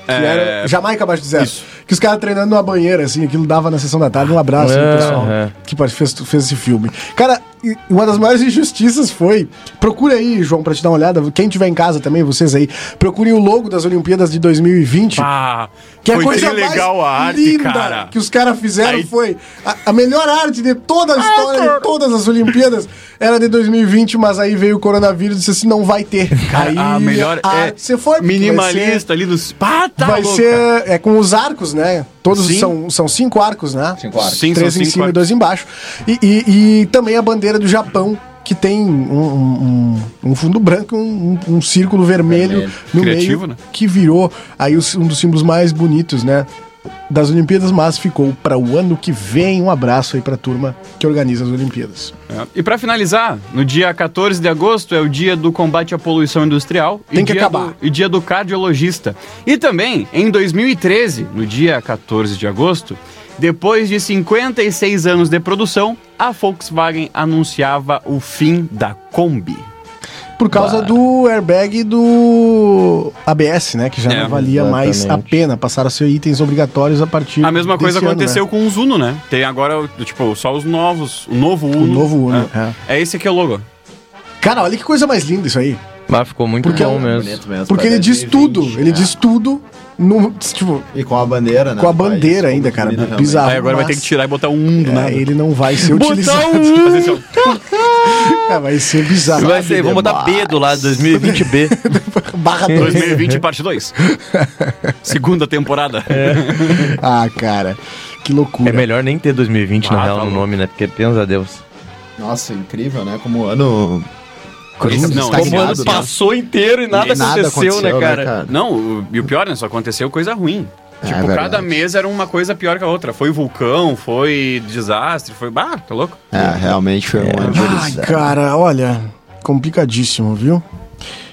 Que
É.
era Jamaica abaixo de zero. Que os caras treinando numa banheira, assim, aquilo dava na sessão da tarde. Um abraço aí,
É,
pessoal,
é.
que par- fez, fez esse filme. Cara, e uma das maiores injustiças foi. Procura aí, João, pra te dar uma olhada. Quem tiver em casa também, vocês aí, procurem o logo das Olimpíadas de 2020.
Ah,
Que é a
foi
coisa mais
legal a arte,
linda
cara.
que os caras fizeram
Aí-
foi a, a melhor arte de toda a história, de todas as Olimpíadas, era de 2020, mas aí veio o coronavírus e disse assim, não vai ter.
Cara,
aí,
a melhor
a
é
arte- você foi porque vai
minimalista ali dos pá, tá
ser- Vai
louco,
ser,
cara.
é com os arcos, né? Todos
Sim.
são, são cinco arcos, né?
Cinco arcos.
Sim, são
Três em
cinco
cima e
arcos.
dois embaixo. E, e- e também a bandeira do Japão, que tem um, um- um- um fundo branco, um, um- um círculo vermelho, no
Criativo,
meio,
né?
que virou aí os- um dos símbolos mais bonitos, né? Das Olimpíadas, mas ficou para o ano que vem. Um abraço aí para a turma que organiza as Olimpíadas.
É. E pra finalizar, no dia 14 de agosto é o dia do combate à poluição industrial. e
Tem que
dia
acabar.
Do, e dia do cardiologista. E também, em 2013, no dia 14 de agosto, depois de 56 anos de produção, a Volkswagen anunciava o fim da Kombi.
Por causa do airbag do ABS, né? Que já
É,
não valia mais a
exatamente.
pena. Passaram a ser itens obrigatórios a partir
A mesma coisa
desse ano, né?
aconteceu com os Uno, né? Tem agora, tipo, só os novos, o novo Uno.
O novo Uno.
É,
é.
É esse aqui é o logo.
né? Cara, olha que coisa mais linda isso aí.
Mas ficou muito
Porque
bom
é um
mesmo.
Porque ele diz tudo.
é.
Ele diz tudo. No, tipo,
E com a bandeira, né?
com a
é
bandeira ainda, cara. Bizarro.
Aí agora vai
mas-
ter que tirar e botar um do
É,
nada.
ele não vai ser utilizado.
Fazer assim, ó.
É, vai ser bizarro.
um! Vai ser, vamos botar B do lado, 2020B.
Barra 2.
2020, parte 2. Segunda temporada.
É. Ah, cara. Que loucura.
É melhor nem ter 2020
Ah,
na real
tá
no
louco.
nome, né? Porque pensa a Deus.
Nossa, incrível, né? Como ano.
Esse- não,
Tá
tá
é esse
estagnado,
ano
né?
passou inteiro e nada, aconteceu, né, cara?
Não, o- e o pior, né? Só aconteceu coisa ruim.
É
Tipo,
verdade.
cada mês era uma coisa pior que a outra. Foi vulcão, foi desastre, foi. Bah, tá louco?
É, realmente foi um ano de
Ai,
eles-
cara, olha. Complicadíssimo, viu?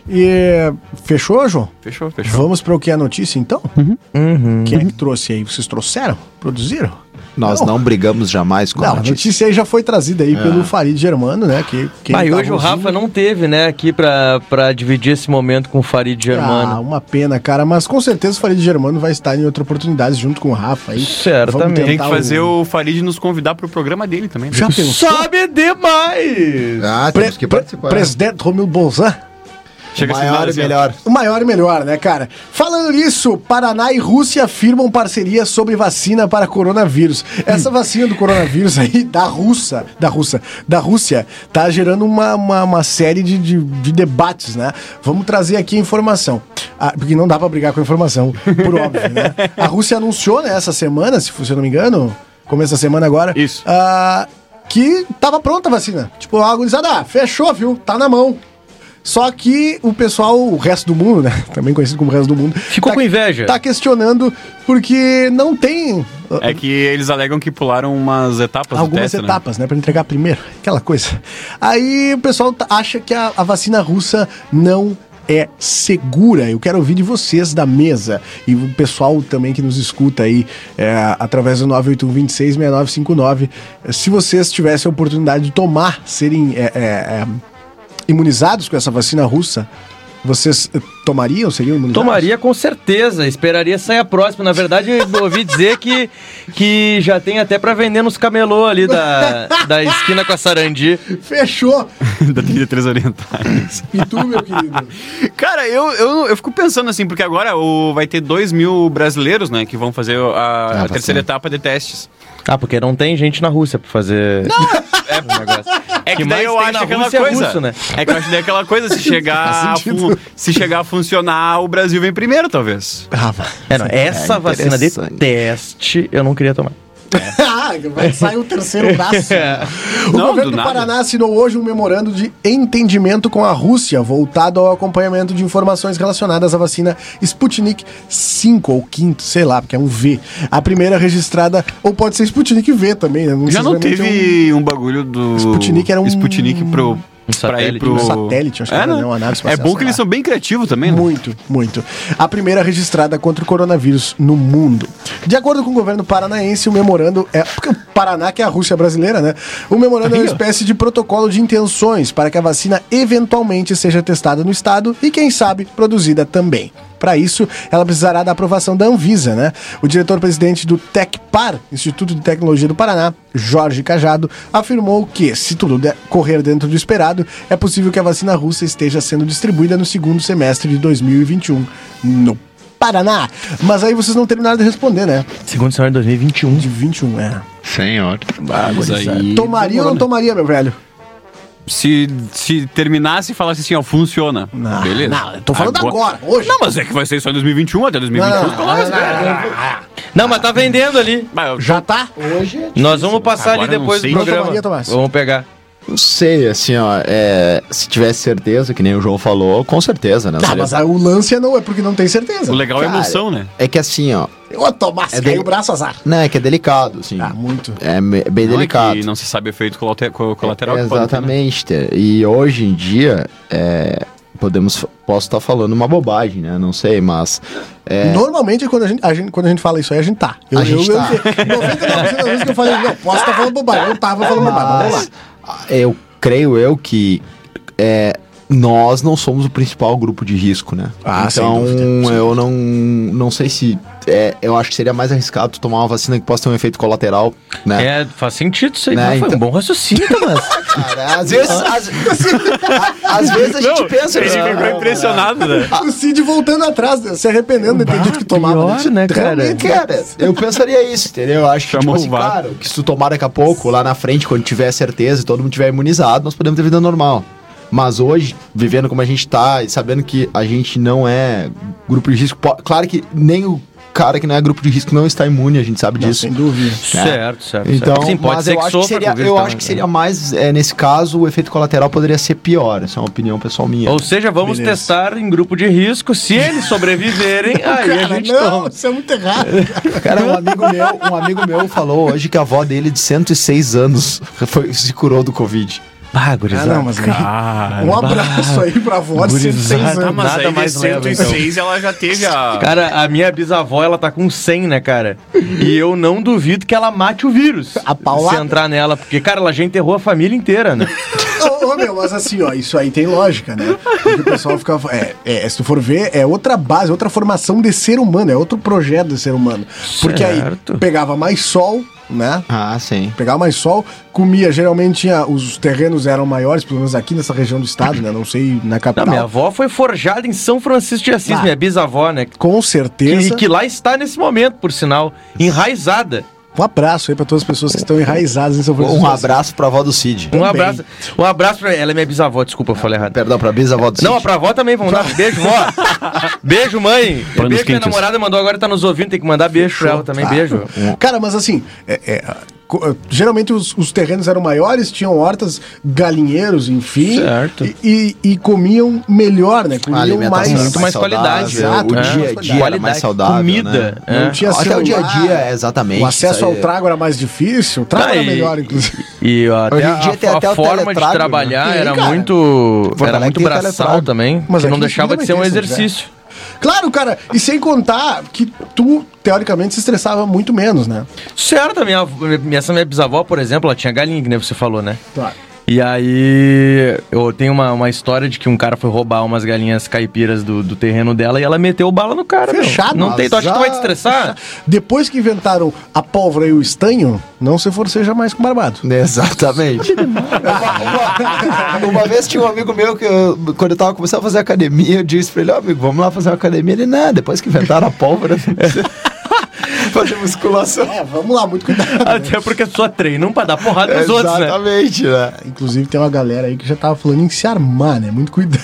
E fechou, João?
Fechou, fechou.
Vamos para o que é notícia, então?
Uhum.
Uhum.
Quem é que trouxe aí? Vocês trouxeram? Produziram?
Nós não, brigamos jamais com
Não,
a
a
notícia.
notícia aí já foi trazida aí pelo Farid Germano, né? Que, que
Ah, e
tá
ele
É. hoje o
tava
Rafa não teve, né, aqui pra, pra dividir esse momento com o Farid
Ah,
Germano.
uma pena, cara, mas com certeza o Farid Germano vai estar em outra oportunidade junto com o Rafa aí.
Certamente.
Vamos tentar
Tem que fazer
o...
o Farid nos convidar pro programa dele também. né?
Já pensou?
Sabe demais!
Ah,
Pre-
temos que
pre-
participar.
Presidente Romil Bolzan.
Chega a ser
Maior e
assim, ó.
melhor.
O maior e melhor, né, cara? Falando nisso, Paraná e Rússia firmam parceria sobre vacina para coronavírus. Essa vacina do coronavírus aí, da Russa, da Russa, da Rússia, tá gerando uma, uma, uma série de, de, de debates, né? Vamos trazer aqui a informação. Ah, porque não dá pra brigar com a informação, por óbvio, né? A Rússia anunciou, né, essa semana, se, se eu não me engano, começo da semana agora.
Isso.
ah, que tava pronta a vacina. Tipo, a gurizada, ah, fechou, viu? Tá na mão. Só que o pessoal, o resto do mundo, né? Também conhecido como o resto do mundo.
Ficou com inveja.
Tá questionando porque não tem uh,
É que eles alegam que pularam umas etapas do
algumas
teste, né?
etapas, né? Pra entregar primeiro. Aquela coisa. Aí o pessoal tá- acha que a, a vacina russa não é segura. Eu quero ouvir de vocês da mesa e o pessoal também que nos escuta aí é, através do 981266959. Se vocês tivessem a oportunidade de tomar, serem é, é, é, imunizados com essa vacina russa, vocês eh, tomariam? Seriam imunizados?
Tomaria com certeza, esperaria sair a próxima. Na verdade, eu ouvi dizer que, que já tem até pra vender nos camelô ali da, da esquina com a Sarandi.
Fechou!
da trilha Três Orientais.
E tu, meu querido?
Cara, eu, eu, eu fico pensando assim, porque agora o, vai ter dois mil brasileiros, né, que vão fazer a, a
vacina.
terceira etapa de testes.
Ah, porque não tem gente na Rússia pra fazer é, negócio.
É que,
Que
daí
mais
eu
tem
acho
na
aquela
Rússia é
coisa.
russo, né?
É que eu acho daí aquela coisa, se chegar, a
sentido.
fun- se chegar a funcionar, o Brasil vem primeiro, talvez.
Rafa.
É, não, essa vacina de
interessante.
teste eu não queria tomar.
Ah, vai sair o terceiro braço. O
É. Não,
governo
do
do,
nada.
Paraná assinou hoje um memorando de entendimento com a Rússia voltado ao acompanhamento de informações relacionadas à vacina Sputnik 5 ou 5, sei lá, porque é um V. A primeira registrada, ou pode ser Sputnik V também, né?
Já não
necessariamente
teve um... bagulho do...
Sputnik era um-
Sputnik pro... pra ir
satélite,
pro...
né?
Um satélite, acho que era,
né?
né? Uma nave
É
espacial,
bom
sei
que eles
lá.
são bem criativos também, né?
Muito, muito. A primeira registrada contra o coronavírus no mundo. De acordo com o governo paranaense, o memorando é. Porque o Paraná, que é a Rússia brasileira, né? O memorando é uma espécie de protocolo de intenções para que a vacina eventualmente seja testada no estado e, quem sabe, produzida também. Para isso, ela precisará da aprovação da Anvisa, né? O diretor-presidente do TecPar, Instituto de Tecnologia do Paraná, Jorge Cajado, afirmou que, se tudo de- correr dentro do esperado, é possível que a vacina russa esteja sendo distribuída no segundo semestre de 2021 no Paraná. Mas aí vocês não terminaram de responder, né?
Segundo semestre de 2021.
De 21, é.
Senhor.
Mas aí...
Tomaria ou não tomaria, meu velho?
Se, se terminasse e falasse assim, ó, funciona.
Não,
Beleza.
não, eu tô falando agora, hoje.
Não, mas é que vai ser só em 2021, até 2021.
Não, não,
pelo menos, né?
Não, mas tá vendendo ali.
Mas eu-
Já tá?
Nós vamos passar
Agora
ali
eu não
depois do
sei. Não
programa.
tomaria, Tomás.
vamos pegar.
Não sei, assim, ó. é, se tivesse certeza, que nem o João falou, com certeza, né?
Tá,
Seria-
mas aí o lance é não, é porque não tem certeza.
O Ah, legal é a
Cara,
emoção, né?
É que assim, ó.
Ô, Tomás,
É
caiu
bem-
o braço azar.
Não, é que é delicado, assim.
Ah, muito.
É me- é bem
Não é
delicado.
que não se sabe efeito colate- co- colateral. que pode ter, né?
Exatamente. Ter, E hoje em dia, é, podemos, posso estar falando uma bobagem, né? Não sei, mas. é,
Normalmente, quando a, gente, a gente- quando a gente fala isso aí, a gente tá. Eu,
A gente
eu,
tá.
eu 99% das vezes que eu falei, não, posso estar falando bobagem. Eu tava falando bobagem, vamos
mas, ah, eu creio eu que é, nós não somos o principal grupo de risco, né?
Ah, sem
então
dúvida, sem
eu não, não sei se. é, eu acho que seria mais arriscado tu tomar uma vacina que possa ter um efeito colateral, né?
É, faz sentido isso aí.
Né,
Não, Foi um
então-
bom raciocínio, Tomás.
Cara, às vezes. às, às vezes a gente
Não,
pensa. assim. "Ah,
A gente
"Não,
ficou impressionado, né?
lá. O Cid voltando atrás, né, se arrependendo de ter dito que tomava.
pior, né, cara?
Realmente,
Cara, eu pensaria isso, entendeu? Eu acho que, tipo
Chamou
assim,
o VAR.
claro, que se tu tomar daqui a pouco, lá na frente, quando tiver certeza e todo mundo tiver imunizado, nós podemos ter vida normal. Mas hoje, vivendo como a gente tá e sabendo que a gente não é grupo de risco, po- claro que nem o cara que não é grupo de risco não está imune, a gente sabe
Não,
disso.
sem dúvida.
certo, certo.
Então,
certo. Sim, pode
mas
ser
eu,
que
acho que
sofra
seria,
com o vírus
eu
também,
acho que
né?
seria mais, é, nesse caso, o efeito colateral poderia ser pior. Essa é uma opinião pessoal minha.
Ou seja, vamos
Beleza.
testar em grupo de risco. Se eles sobreviverem, aí a
Cara,
gente
não,
toma.
isso é muito errado.
Cara, um amigo meu, um amigo meu falou hoje que a avó dele de 106 anos foi, se curou do Covid.
Bah, gurizada.
Ah, não, mas aí- um abraço aí pra avó de 106
Gurizada, tá
Tá,
anos.
nada mais leva, então.
ela já teve a.
Cara, a minha bisavó, ela tá com 100, né, cara? E eu não duvido que ela mate o vírus.
A paulada.
Se entrar nela, porque, cara, ela já enterrou a família inteira, né?
Ô, ô, meu, mas assim, ó, isso aí tem lógica, né? Porque o pessoal fica. É, é, se tu for ver, é outra base, outra formação de ser humano, é outro projeto de ser humano. Porque
Certo.
aí pegava mais sol, né?
Ah, sim.
Pegava mais sol, comia, geralmente tinha, os terrenos eram maiores, pelo menos aqui nessa região do estado, né? Não sei na
Não,
capital.
minha avó foi forjada em São Francisco de Assis,
Ah.
minha bisavó, né?
Com
E
certeza.
que lá está nesse momento, por sinal, enraizada.
Um abraço aí pra todas as pessoas que
É.
estão enraizadas em São Francisco.
Um abraço pra avó do Cid.
Um
Também.
abraço, um abraço pra ela. é minha bisavó, desculpa, eu falei errado.
Perdão, pra bisavó do Cid.
Não, pra avó também, vamos dar um beijo, vó. beijo, mãe.
Panos
beijo, minha
quentes.
namorada mandou agora, tá nos ouvindo, tem que mandar beijo pra ela também,
Ah.
beijo.
Um-
Cara, mas assim, é- é, co- geralmente os, os terrenos eram maiores, tinham hortas, galinheiros, enfim.
Certo.
E, e- e comiam melhor, né?
A
Comiam
alimentação
mais. né?
era
muito mais qualidade,
saudável,
exato,
O
é.
dia a dia era mais
Qualidade,
saudável.
comida,
né?
é.
Não tinha
Até o dia a
celular,
dia, é, exatamente.
O acesso
isso
ao
aí.
trago era mais difícil. O trago
Ah,
era
e-
melhor, inclusive.
E até
Hoje em
a,
dia tem
a
até o
forma de
teletrago, né?
trabalhar
Tem,
era
cara.
muito
Porto
era
Alegre
muito
tem
braçal
teletrago.
também,
Mas é
que não
aqui
deixava de
também
ser um
tem, se
exercício.
Claro, cara. E sem contar que tu, teoricamente, se estressava muito menos, né?
Certo, a minha, minha- essa minha bisavó, por exemplo, ela tinha galinha, que nem você falou, né?
Claro.
E aí, eu tenho uma, uma história de que um cara foi roubar umas galinhas caipiras do, do terreno dela e ela meteu bala no cara, meu.
Tá Fechado.
Não tem, tu acha que tu vai te
azar. tá
estressar?
Depois que inventaram a pólvora e o estanho, não se forceja mais com barbado.
Exatamente. uma, uma vez tinha um amigo meu que, eu- quando eu tava começando a fazer academia, eu disse pra ele: Ó, amigo, vamos lá fazer uma academia. Ele, não, depois que inventaram a pólvora, não precisa fazer musculação.
É, vamos lá, muito cuidado.
Até porque as pessoas treinam pra dar porrada nos outros, né?
Exatamente, né?
Inclusive tem uma galera aí que já tava falando em se armar, né? Muito cuidado.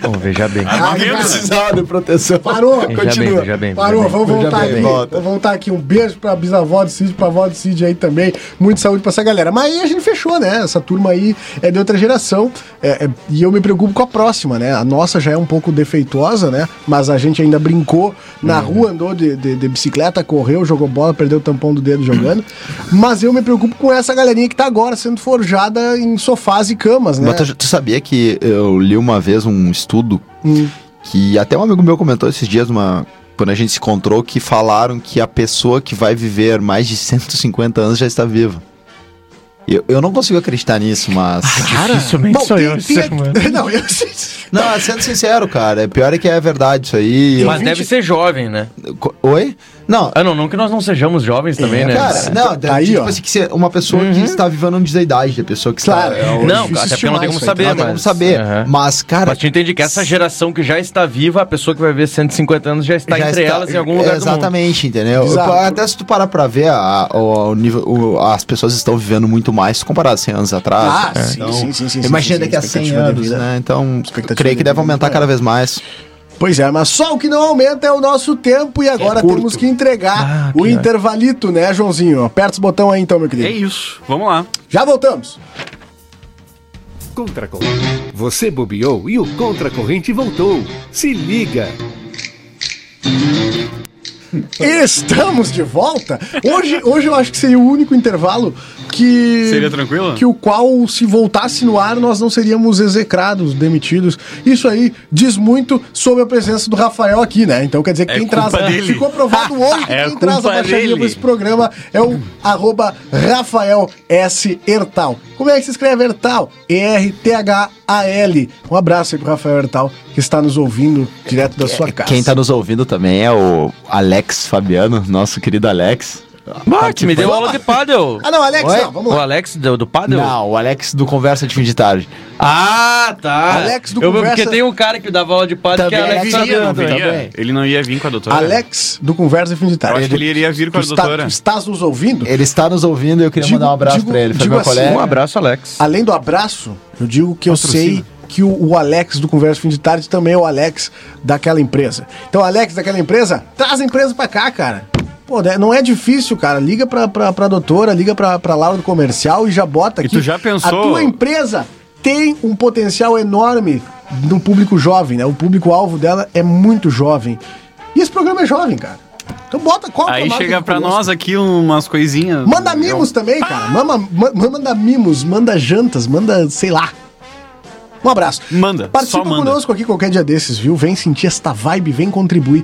Bom, veja bem.
Ah,
Ninguém
cara,
né?
precisava de proteção.
Parou,
bem,
continua.
veja bem,
Parou,
veja
vamos
bem.
voltar
Veja
aqui.
bem. Volta.
Vamos voltar aqui. Um beijo pra bisavó do Cid, pra avó do Cid aí também. Muita saúde pra essa galera. Mas aí a gente fechou, né? Essa turma aí é de outra geração. É, é, e eu me preocupo com a próxima, né? A nossa já é um pouco defeituosa, né? Mas a gente ainda brincou na
Uhum.
rua, andou de, de- de bicicleta, correu, jogou bola, perdeu o tampão do dedo jogando.
Uhum.
Mas eu me preocupo com essa galerinha que tá agora sendo forjada em sofás e camas, né?
Mas tu, tu sabia que eu li uma vez um estudo
Hum.
que até um amigo meu comentou esses dias, uma, quando a gente se encontrou, que falaram que a pessoa que vai viver mais de 150 anos já está viva. Eu, eu não consigo acreditar nisso, mas.
Ah, Dificilmente
Bom,
sou
tem-
eu,
tem-
ser humano.
Não, eu
Não, sendo sincero, cara, é pior é que é verdade isso aí. Eu-
Mas deve ser jovem, né?
Co- Oi? Não,
Ah, não, não que nós não sejamos jovens também, né? Uhum.
cara, não, deve-
Tá Aí,
tipo
ó.
assim, que você- uma pessoa que está viva não diz a idade da pessoa que
Claro.
está. é,
Não,
hoje.
não,
difícil
cara, até porque não
estimar
tem como
isso aí,
saber,
não
mas...
tem como saber.
Aham.
tá, Mas, cara,
Mas tu entende que essa geração que já está viva, a pessoa que vai ver 150 anos já está
Já
Tá entre
está- é,
elas em algum lugar do mundo.
Exatamente, entendeu?
Exato.
Até se tu parar pra ver, a- o- o nível, o- as pessoas estão vivendo muito mais comparado a 100 anos atrás.
Ah,
né?
sim, sim, sim, sim,
Imagina
sim, sim,
daqui a 100
expectativa de
anos,
vida.
né? Então,
Expectativa
creio
de
que deve
vida,
aumentar
é.
cada vez mais.
Pois é, mas só o que não aumenta é o nosso tempo e
É
agora temos que entregar
Ah,
o
que
intervalito, né, Joãozinho? Aperta os botão aí então, meu
É
querido.
isso. Vamos lá.
Já voltamos.
Contra Corrente. Você bobeou e o Contra Corrente voltou. Se liga!
Estamos de volta. Hoje, hoje eu acho que seria o único intervalo que
Seria tranquilo?
que o qual se voltasse no ar nós não seríamos execrados, demitidos. Isso aí diz muito sobre a presença do Rafael aqui, né? Então quer dizer que
É
quem
culpa
traz a...
dele.
ficou provado hoje que
É
quem traz a
culpa
baixaria
dele.
para esse programa é o arroba Rafael S. Ertal. Como é que se escreve Ertal? E-R-T-H-A-L. Um abraço aí pro Rafael Ertal que está nos ouvindo direto da sua casa.
Quem tá nos ouvindo também é o Alex Fabiano, nosso querido Alex.
Bate, me deu aula de paddle.
Ah não, Alex,
Oi?
não, vamos
O
lá.
Alex do, do paddle?
Não, o Alex do Conversa de Fim de Tarde.
Ah, tá.
Alex do
eu,
Conversa-
Porque tem um cara que dava aula de padre que é
Também
Alex
Viria,
é Fabiano,
não
Fabiano.
viria?
também.
Ele não ia vir com a doutora.
Tá Alex do Conversa
Eu acho
Infinitária.
que ele iria vir com
Tu
a
está,
doutora.
tu estás nos ouvindo?
Ele está nos ouvindo e eu queria
Digo-
mandar um abraço
digo-
pra ele. Foi
digo
meu
assim,
colega.
Um abraço, Alex.
Além do abraço, eu digo que eu sei que o, o Alex do Conversa Fim de Tarde também é o Alex daquela empresa. Então, Alex daquela empresa, traz a empresa pra cá, cara. Pô, né, não é difícil, cara. Liga pra, pra, pra doutora, liga pra, pra Laura do comercial e já bota
E
aqui.
tu já pensou-
A tua empresa tem um potencial enorme no público jovem, né? O público-alvo dela é muito jovem. E esse programa é jovem, cara. Então bota qual que é a
Aí
marca
chega
que
pra
tu gosta.
nós aqui umas coisinhas.
Manda mimos também, cara. Mama, ma- manda mimos, manda jantas, manda sei lá. Um abraço.
Manda,
Participa
só manda.
conosco aqui qualquer dia desses, viu? Vem sentir esta vibe, vem contribuir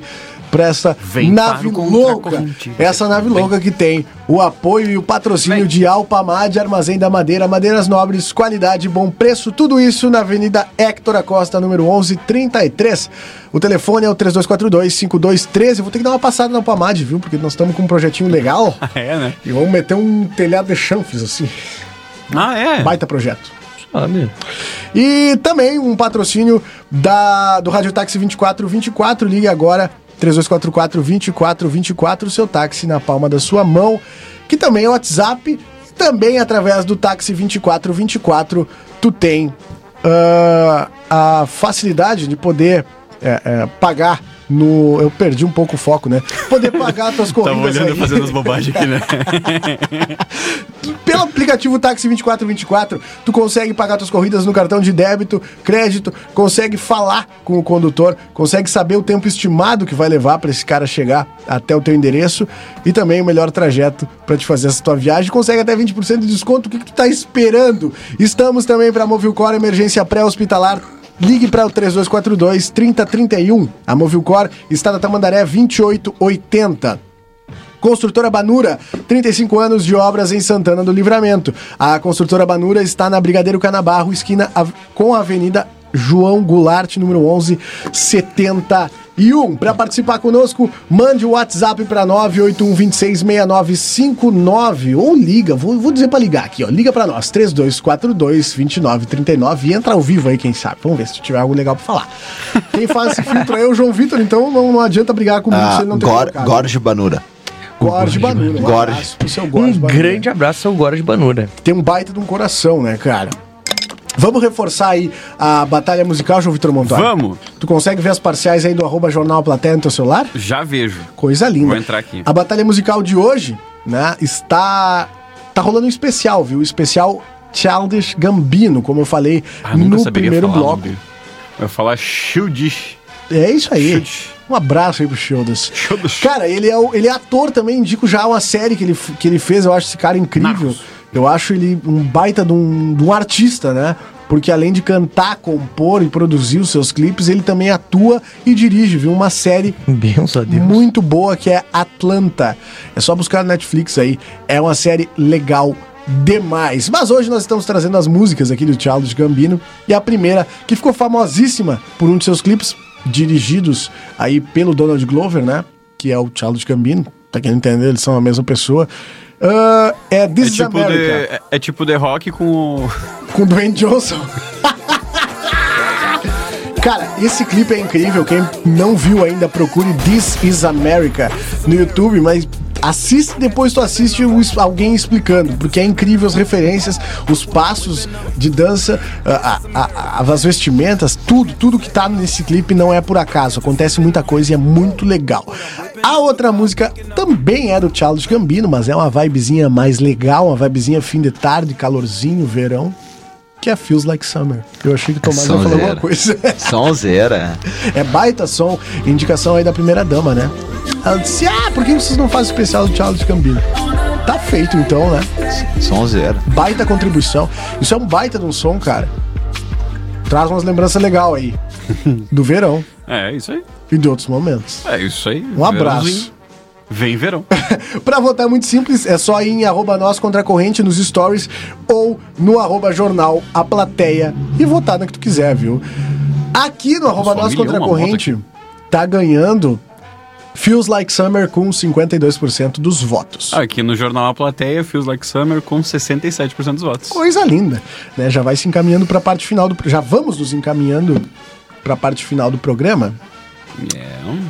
pra essa
Vem
nave
para o
louca.
contracorrente.
Essa nave louca que tem o apoio e o patrocínio de Alpamad, Armazém da Madeira, Madeiras Nobres, qualidade, bom preço, tudo isso na Avenida Héctor Acosta, número 1133. O telefone é o 3242-5213. Vou ter que dar uma passada na Alpamad, viu? Porque nós estamos com um projetinho legal.
É, né?
E vamos meter um telhado de chanfles, assim.
Ah, é.
Baita projeto.
Sabe?
E também um patrocínio da, do Rádio Táxi 2424. Ligue agora, 3244-2424, seu táxi na palma da sua mão. Que também é o WhatsApp. Também através do táxi 2424, tu tem ah, a facilidade de poder é, é, pagar no... Eu perdi um pouco o foco, né? Poder pagar tuas corridas
Tava olhando e
aí
fazendo as bobagens aqui, né?
pelo aplicativo Táxi 2424, tu consegue pagar tuas corridas no cartão de débito, crédito, consegue falar com o condutor, consegue saber o tempo estimado que vai levar pra esse cara chegar até o teu endereço e também o melhor trajeto pra te fazer essa tua viagem. Consegue até 20% de desconto. O que, que tu tá esperando? Estamos também pra Movilcore Emergência Pré-Hospitalar. Ligue para o 3242 3031. A Movilcore está na Tamandaré 2880. Construtora Banura, 35 anos de obras em Santana do Livramento. A Construtora Banura está na Brigadeiro Canabarro, esquina av- com a Avenida João Goulart, número 1171. Para um. participar conosco, mande o WhatsApp para 981266959 ou liga, vou, vou dizer para ligar aqui, ó. Liga para nós, 3242-2939 e entra ao vivo aí, quem sabe. Vamos ver se tiver algo legal para falar. Quem faz esse filtro aí é o João Vitor, então não, não adianta brigar comigo se
Ah,
ele não tem
Gor-
colocado.
Gorge Banura.
Gorge Banura. Um
Gorge.
abraço pro seu
Um
Gorge Banura.
grande abraço ao Gora de Banura.
Tem um baita de um coração, né, cara? Vamos reforçar aí a batalha musical, João Vitor Montoya?
Vamos.
Tu consegue ver as parciais aí do arroba Jornal Plateia no teu celular?
Já vejo.
Coisa linda.
Vou entrar aqui.
A batalha musical de hoje, né, está tá rolando um especial, viu? O especial Childish Gambino, como eu falei
Ah, nunca
no
saberia
primeiro
falar,
bloco.
não, Bi. Eu ia falar Shieldish.
É isso aí.
Chute.
Um abraço aí pro Shieldas.
Shieldas.
Cara, ele é, o- ele é ator também, indico já uma série que ele, f- que ele fez, eu acho esse cara incrível.
Narcos.
Eu acho ele um baita de um, de um artista, né? Porque além de cantar, compor e produzir os seus clipes, ele também atua e dirige, viu? Uma série
Benção a Deus.
muito boa que é Atlanta. É só buscar no Netflix aí. É uma série legal demais. Mas hoje nós estamos trazendo as músicas aqui do Charles Gambino e a primeira que ficou famosíssima por um de seus clipes dirigidos aí pelo Donald Glover, né? Que é o Charles Gambino. Pra quem não entender, eles são a mesma pessoa. Ah, é This
É
is
tipo,
America,
the, é, é tipo The Rock com o.
com Dwayne Johnson. Cara, esse clipe é incrível. Quem não viu ainda, procure This Is America no YouTube, mas assiste depois tu assiste o es- alguém explicando, porque é incrível as referências, os passos de dança, a- a- a- as vestimentas, tudo, tudo que tá nesse clipe não é por acaso. Acontece muita coisa e é muito legal. A outra música também é do Charles Gambino, mas é uma vibezinha mais legal, uma vibezinha fim de tarde, calorzinho, verão. Que é Feels Like Summer. Eu achei que o Tomás ia falar alguma
Sonzeira.
coisa.
um Sonzeira.
É baita som, indicação aí da primeira dama, né? Ela disse: Ah, por que vocês não fazem o especial do Charles Gambino? Tá feito então, né?
Sonzeira.
Baita contribuição. Isso é um baita de um som, cara. Traz umas lembranças legais aí. Do verão
É isso aí.
e de outros momentos.
É isso aí.
Um abraço.
Verãozinho. Vem verão.
Pra votar é muito simples, é só ir em arroba nós contra a corrente nos stories ou no arroba jornal a plateia e votar na que tu quiser, viu? Aqui no arroba
só
nós
um milhão
contra a
uma moto
corrente tá ganhando Feels Like Summer com 52% dos votos.
Aqui no Jornal A Plateia, Feels Like Summer com 67% dos votos.
Coisa linda, né? Já vai se encaminhando pra parte final do... Já vamos nos encaminhando pra parte final do programa.
Não.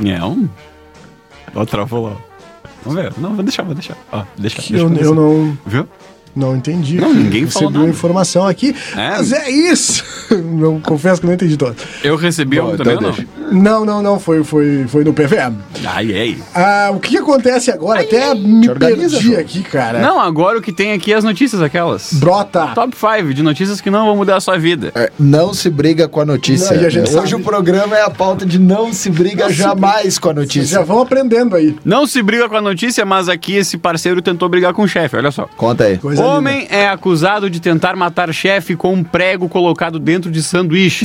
Não. Ó, travou lá. Vamos ver. Não, vou deixar, vou deixar. Ó, deixa,
Que
deixa
eu,
acontecer.
eu não...
Viu?
Não entendi.
Não, ninguém
Recebi
falou
uma
nada.
informação aqui.
É.
Mas é isso! Eu confesso que não entendi toda.
Eu recebi
Bom,
um
então
também ou
deixa.
não?
Não, não, não, foi, foi, foi no PVM.
Ai, ai.
Ah, o que acontece agora? Até me perdi aqui, cara.
Não, agora o que tem aqui é as notícias aquelas.
Brota.
Top 5 de notícias que não vão mudar a sua vida.
É, Não se briga com a notícia.
Não, e a gente
né? Hoje
sabe-
o programa é a pauta de não se briga
se
jamais com a
Vocês já
notícia.
vão aprendendo aí.
Não se briga com a notícia, mas aqui esse parceiro tentou brigar com o chefe, olha só.
Conta aí.
Coisa
Homem
né?
é acusado de tentar matar chefe com um prego colocado dentro de sanduíche.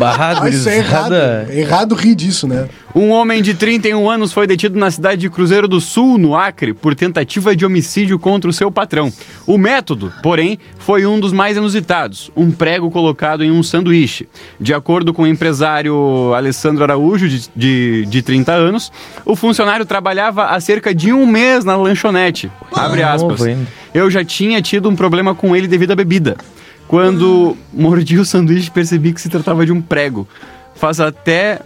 Barrado,
Ah, isso é errado.
gurizada.
É errado rir disso, né?
um homem de 31 anos foi detido na cidade de Cruzeiro do Sul, no Acre, por tentativa de homicídio contra o seu patrão. O método, porém, foi um dos mais inusitados: um prego colocado em um sanduíche. De acordo com o empresário Alessandro Araújo, de, de, de 30 anos, o funcionário trabalhava há cerca de um mês na lanchonete. Abre aspas.
Ah, novo ainda.
Eu já tinha tido um problema com ele devido à bebida.
Ah.
Quando mordi o sanduíche, percebi que se tratava de um prego. Faz até.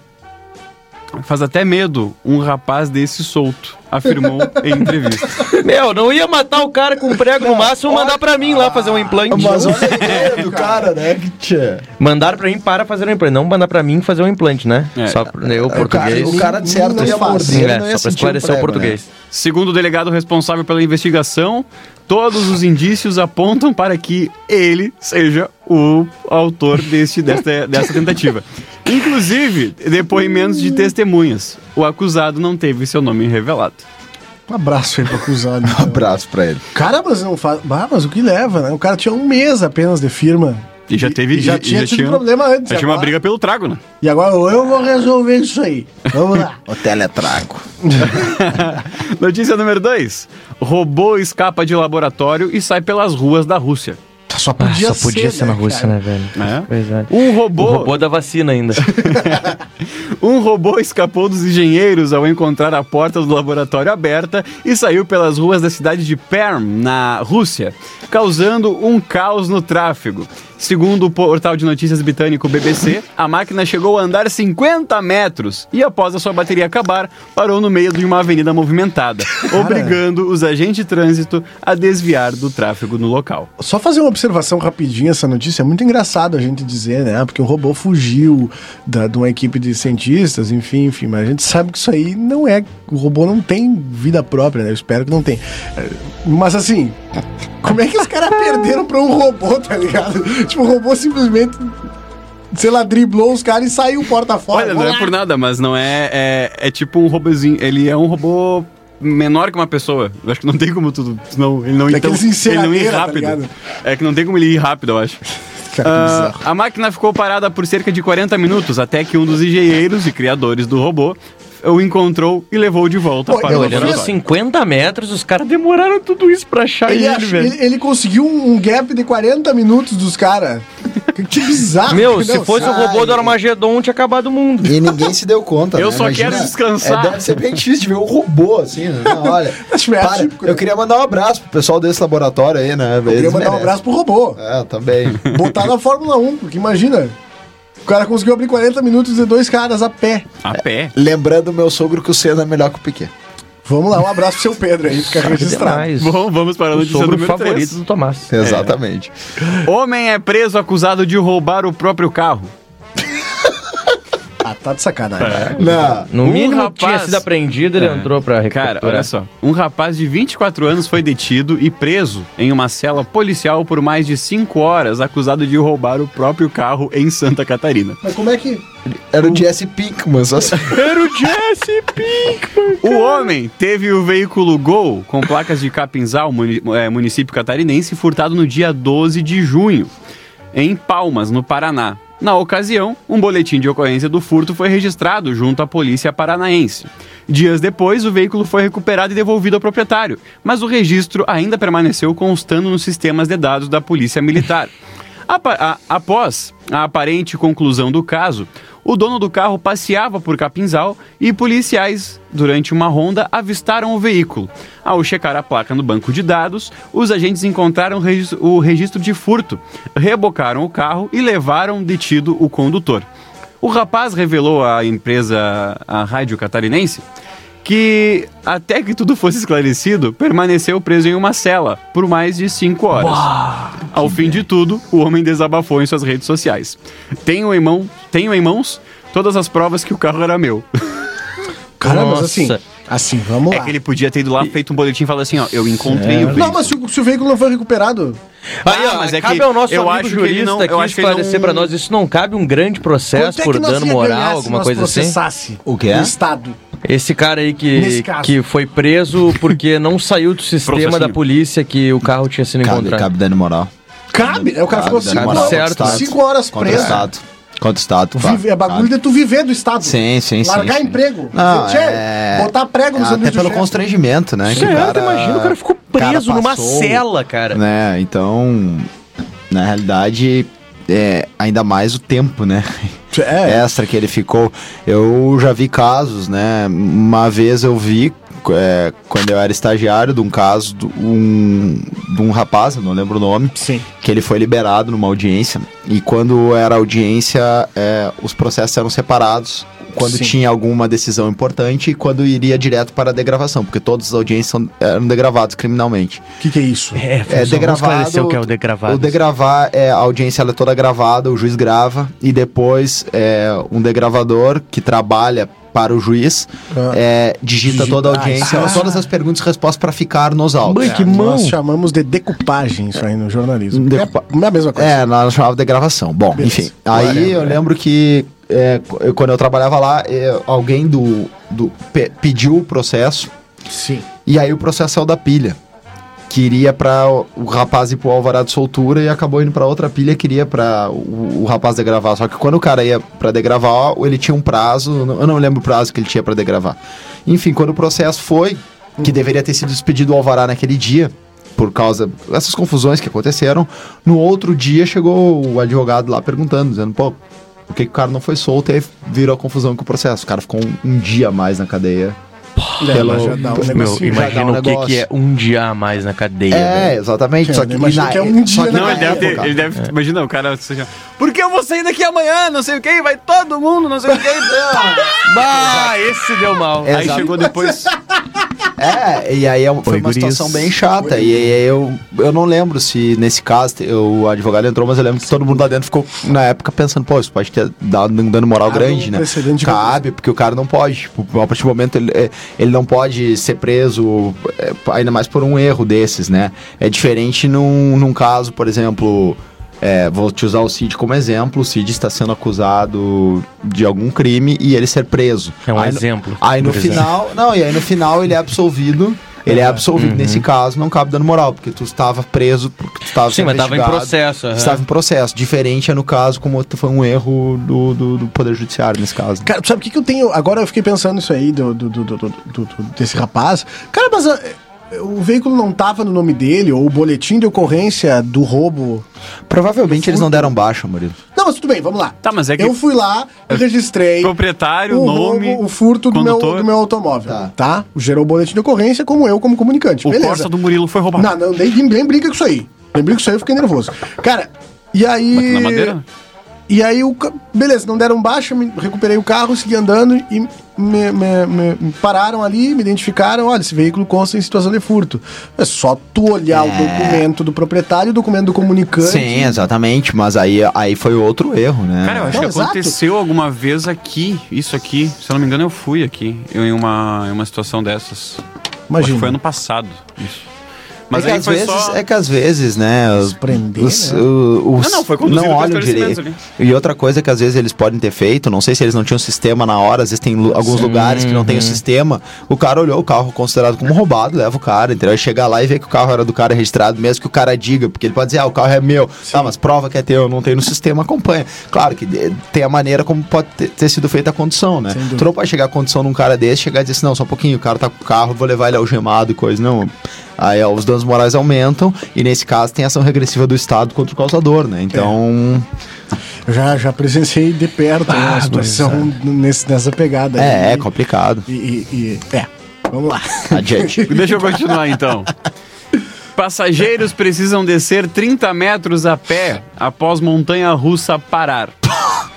Faz até medo um rapaz desse solto, afirmou em entrevista.
Meu, não ia matar o cara com um prego no máximo mandar pra mim lá fazer um implante.
Mas olha a ideia do cara, né? que tchê.
Mandaram pra mim para fazer um implante. Não mandar pra mim fazer um implante, né?
É.
Só pra, eu,
O cara,
português.
o cara de certo
Não
ia
faz.
morder,
É,
não
só pra
ia sentir um
esclarecer o
prego,
português.
Segundo o delegado responsável pela investigação, todos os indícios apontam para que ele seja o autor deste, desta, dessa tentativa. Inclusive, depoimentos de testemunhas. O acusado não teve seu nome revelado.
Um abraço aí pra acusar.
Né? Abraço pra ele.
Cara, mas não faz. Ah, mas o que leva, né? O cara tinha um mês apenas de firma.
E já teve.
e já tinha tido problema antes,
Já tinha uma
agora-
briga pelo trago, né?
E agora eu vou resolver isso aí. Vamos lá.
O teletrago.
Notícia número 2. Robô escapa de laboratório e sai pelas ruas da Rússia.
Só
Ah,
podia,
só podia ser, na Rússia,
cara?
né, velho?
É.
Pois é.
Um
O
robô,
robô da vacina ainda.
um robô escapou dos engenheiros ao encontrar a porta do laboratório aberta e saiu pelas ruas da cidade de Perm, na Rússia, causando um caos no tráfego. Segundo o portal de notícias britânico BBC, a máquina chegou a andar 50 metros e, após a sua bateria acabar, parou no meio de uma avenida movimentada, obrigando os agentes de trânsito a desviar do tráfego no local.
Só fazer uma observação rapidinha essa notícia. É muito engraçado a gente dizer, né? Porque o robô fugiu da, de uma equipe de cientistas, enfim, enfim. Mas a gente sabe que isso aí não é. O robô não tem vida própria, né? Eu espero que não tenha. É, Mas assim, como é que os caras perderam pra um robô, tá ligado? Tipo, o robô simplesmente. Sei lá, driblou os caras e saiu porta fora.
Olha, não é por nada, mas não é, é. é tipo um robozinho. Ele é um robô menor que uma pessoa. Eu acho que não tem como tudo. Senão ele não ir tão-
Daqueles
Ele não ir
enceradeira, tá
rápido.
ligado?
é que não tem como ele ir rápido, eu acho.
Cara, que
Ah,
bizarro.
a máquina ficou parada por cerca de 40 minutos até que um dos engenheiros e criadores do robô o encontrou e levou de volta
Pô,
para
eu
o
olhei
Olhando
Olha
laboratório.
só.
50 metros, os caras demoraram tudo isso pra achar ele,
Ele, ach-
velho.
ele- ele conseguiu um um gap de 40 minutos dos caras. Que, que bizarro.
Meu,
que
se
não,
fosse o
sabe?
robô do Armagedon, tinha acabado o mundo.
E ninguém se deu conta.
Eu
né?
só quero descansar.
É, deve ser bem difícil de ver um robô assim. Né? Não, olha.
Acho meio
para,
atípico, né?
eu queria mandar um abraço pro pessoal desse laboratório aí, né?
Eu queria mandar um abraço pro robô.
É, também.
Botar na Fórmula 1, porque imagina. O cara conseguiu abrir 40 minutos de dois caras a pé.
A pé.
Lembrando meu sogro que o Senna é melhor que o Piquet.
Vamos lá, um abraço pro seu Pedro aí, fica registrado.
Demais.
Bom, vamos para a
O
notícia
sogro
número 3.
favorito do Tomás.
Exatamente.
Homem é preso acusado de roubar o próprio carro.
Ah, tá de
É.
sacanagem.
Não.
No
Um
mínimo
rapaz-
tinha sido apreendido, ele
É.
entrou pra
Cara,
recapturar.
olha só. Um rapaz de 24 anos foi detido e preso em uma cela policial por mais de 5 horas, acusado de roubar o próprio carro em Santa Catarina.
Mas como é que.
Era o Jesse Pinkman. Só se...
Era o Jesse Pinkman.
O homem teve o veículo Gol com placas de Capinzal, muni- é, município catarinense, furtado no dia 12 de junho, em Palmas, no Paraná. Na ocasião, um boletim de ocorrência do furto foi registrado junto à polícia paranaense. Dias depois, o veículo foi recuperado e devolvido ao proprietário, mas o registro ainda permaneceu constando nos sistemas de dados da Polícia Militar. Apa- a- após a aparente conclusão do caso, o dono do carro passeava por Capinzal e policiais, durante uma ronda, avistaram o veículo. Ao checar a placa no banco de dados, os agentes encontraram o regis- o registro de furto, rebocaram o carro e levaram detido o condutor. O rapaz revelou à empresa, a rádio catarinense, que até que tudo fosse esclarecido, permaneceu preso em uma cela por mais de cinco horas. Ao fim de tudo, o homem desabafou em suas redes sociais. Tenho em, mão, tenho em mãos todas as provas que o carro era meu.
Cara, mas
Nossa.
assim, assim, vamos lá.
É que ele podia ter ido lá, feito um boletim e falado assim, ó, eu encontrei o veículo.
Não, mas se o, se o veículo não foi recuperado,
Aí,
Ah,
ó,
mas é
cabe
que
ao nosso
eu
amigo
acho que ele
jurista
não- eu
aqui
acho que ele
esclarecer
não-
pra nós, isso não cabe um grande processo
quanto é
por
que nós
dano
ia ganhar
moral,
se
alguma
nós
coisa assim?
processasse
O quê?
O Estado.
Esse cara aí
Nesse
que,
caso.
que foi preso porque não saiu do sistema da
Processinho.
polícia que o carro tinha sido
Cabe,
encontrado.
cabe dano moral.
Cabe, né? O cara
Cabe,
ficou cinco
cabe,
horas,
certo.
cinco horas
Contra o
preso.
Estado. Contra o Estado. claro.
Vive- é bagulho de tu viver do Estado.
Sim, sim, sim.
Largar
sim.
emprego.
Não,
Tchê,
é-
Botar prego no
Até
sanduíche do
pelo
chefe.
constrangimento, né? que
Certo, é, imagina,
é
o cara ficou
cara
preso numa
passou,
cela, cara.
Né, então, na realidade, é, ainda mais o tempo, né?
É.
Extra que ele ficou. Eu já vi casos, né? Uma vez eu vi, é, quando eu era estagiário, de um caso de um, de um rapaz, eu não lembro o nome,
Sim.
que ele foi liberado numa audiência. E quando era audiência, é, os processos eram separados. Quando
Sim.
tinha alguma decisão importante e quando iria direto para a degravação, porque todas as audiências são- eram degravados criminalmente.
O que, que é isso?
É, degravado.
o que é o degravado.
O degravar é a audiência ela é toda gravada, o juiz grava e depois é, um degravador que trabalha para o juiz
Ah.
é, digita,
Digita-
toda a
Ah,
audiência,
isso.
todas as perguntas e respostas para ficar nos autos.
Mãe, que mão.
É, Nós chamamos de decupagem isso aí no jornalismo.
Decupa-
É a mesma coisa.
É, nós chamava de gravação. Bom,
Beleza. né?
enfim. Aí eu
Whatever.
lembro que é, eu- quando eu trabalhava lá, é, alguém do, do pe- pediu o processo
Sim.
e aí o processo saiu da pilha. Queria pra o o rapaz ir pro Alvará de Soltura e acabou indo pra outra pilha, queria pra o, o rapaz degravar. Só que quando o cara ia pra degravar, ele tinha um prazo, eu não lembro o prazo que ele tinha pra degravar. Enfim, quando o processo foi, que deveria ter sido despedido o Alvará naquele dia, por causa dessas confusões que aconteceram, no outro dia chegou o advogado lá perguntando, dizendo, pô, por que, que o cara não foi solto? E aí virou a confusão com o processo. O cara ficou um, um dia a mais na cadeia. Pelo-
já dá um
é Meu,
Meu,
negocinho, já dá um
imagina o que,
negócio.
que é um dia a mais na cadeia.
É,
velho.
exatamente.
É,
só que,
imagina
na-
que é um
só
dia
que
na
Não,
na
ele deve ter,
época-
ele deve, imagina, o cara, seja, porque eu vou sair daqui amanhã, não sei o que, vai todo mundo, não sei o que.
Ah, esse deu mal.
É,
Aí
Exato.
chegou depois,
É, e aí é um- foi
Oi,
uma
guris.
situação bem chata. E aí eu, eu não lembro se nesse caso te- o advogado entrou, mas eu lembro que todo mundo lá dentro ficou na época pensando, pô, isso pode ter dado um dano moral
Cabe
grande,
um
né?
precedente de
Cabe, porque o cara não pode. Tipo, a partir do momento ele, é, ele não pode ser preso, é, ainda mais por um erro desses, né? É diferente num, num caso, por exemplo. é, vou te usar o Cid como exemplo. O Cid está sendo acusado de algum crime e ele ser preso.
É um
Aí no-
exemplo.
Aí no
por exemplo.
final, não, e aí no final ele é absolvido. Ele é absolvido nesse caso, não cabe dano moral, porque tu estava preso, porque tu estava
Uhum. Sim, mas tava em
investigado,
processo. aham.
Estava em processo. Diferente é no caso, como tu- foi um erro do, do, do Poder Judiciário nesse caso.
Cara, tu sabe o que, que eu tenho. Agora eu fiquei pensando isso aí do, do, do, do- do- do- do- desse rapaz. Cara, mas ah, o veículo não tava no nome dele, ou o boletim de ocorrência do roubo.
Provavelmente eles não deram baixa, Murilo.
Não, mas tudo bem, vamos lá.
Tá, mas é que-
Eu fui lá, eu registrei.
proprietário,
o
nome,
roubo, o furto do meu,
condutor.
do meu automóvel,
Tá.
tá. Gerou o boletim de ocorrência, como eu, como comunicante.
o
Beleza.
Corsa do Murilo foi roubado.
Não, não, nem, nem brinca com isso aí. Nem brinca com isso aí, eu fiquei nervoso. Cara, e aí.
Bateu na madeira?
E aí, o, ca- beleza, não deram baixa, me- recuperei o carro, segui andando e me, me- me- me pararam ali, me identificaram. Olha, esse veículo consta em situação de furto. É só tu olhar o documento do proprietário, o documento do comunicante.
Sim, exatamente, mas aí, aí foi outro erro, né?
Cara, eu acho
Não,
que
exato.
aconteceu alguma vez aqui, isso aqui, se eu não me engano, eu fui aqui, eu em uma, em uma situação dessas. Acho que foi
Imagina.
ano passado, isso.
é, que
aí
às vezes, é que às vezes, né? os-
prender,
os-
né?
o- os
Ah, Não, não, foi conduzido
não
com
olham
esclarecimentos
direito. E outra coisa que às vezes eles podem ter feito, não sei se eles não tinham sistema na hora, às vezes tem lu- alguns lugares que não tem o sistema. O cara olhou o carro considerado como roubado, leva o cara, entendeu? Aí chega lá e vê que o carro era do cara registrado, mesmo que o cara diga, porque ele pode dizer, ah, o carro é meu, tá, mas prova que é teu, não tem no sistema, acompanha. Claro que eh, tem a maneira como pode ter, ter sido feita a condição, né? Tu não pode chegar a condição num cara desse, chegar e dizer assim, não, só um pouquinho, o cara tá com o carro, vou levar ele algemado e coisa, não. Aí ó, os danos morais aumentam e nesse caso tem ação regressiva do Estado contra o causador, né? Então.
Eu já, já presenciei de perto né, a situação nesse- nessa pegada.
É,
aí.
é complicado.
E, e- e- é, vamos lá.
Adiante.
Deixa eu continuar então. Passageiros precisam descer 30 metros a pé após montanha russa parar.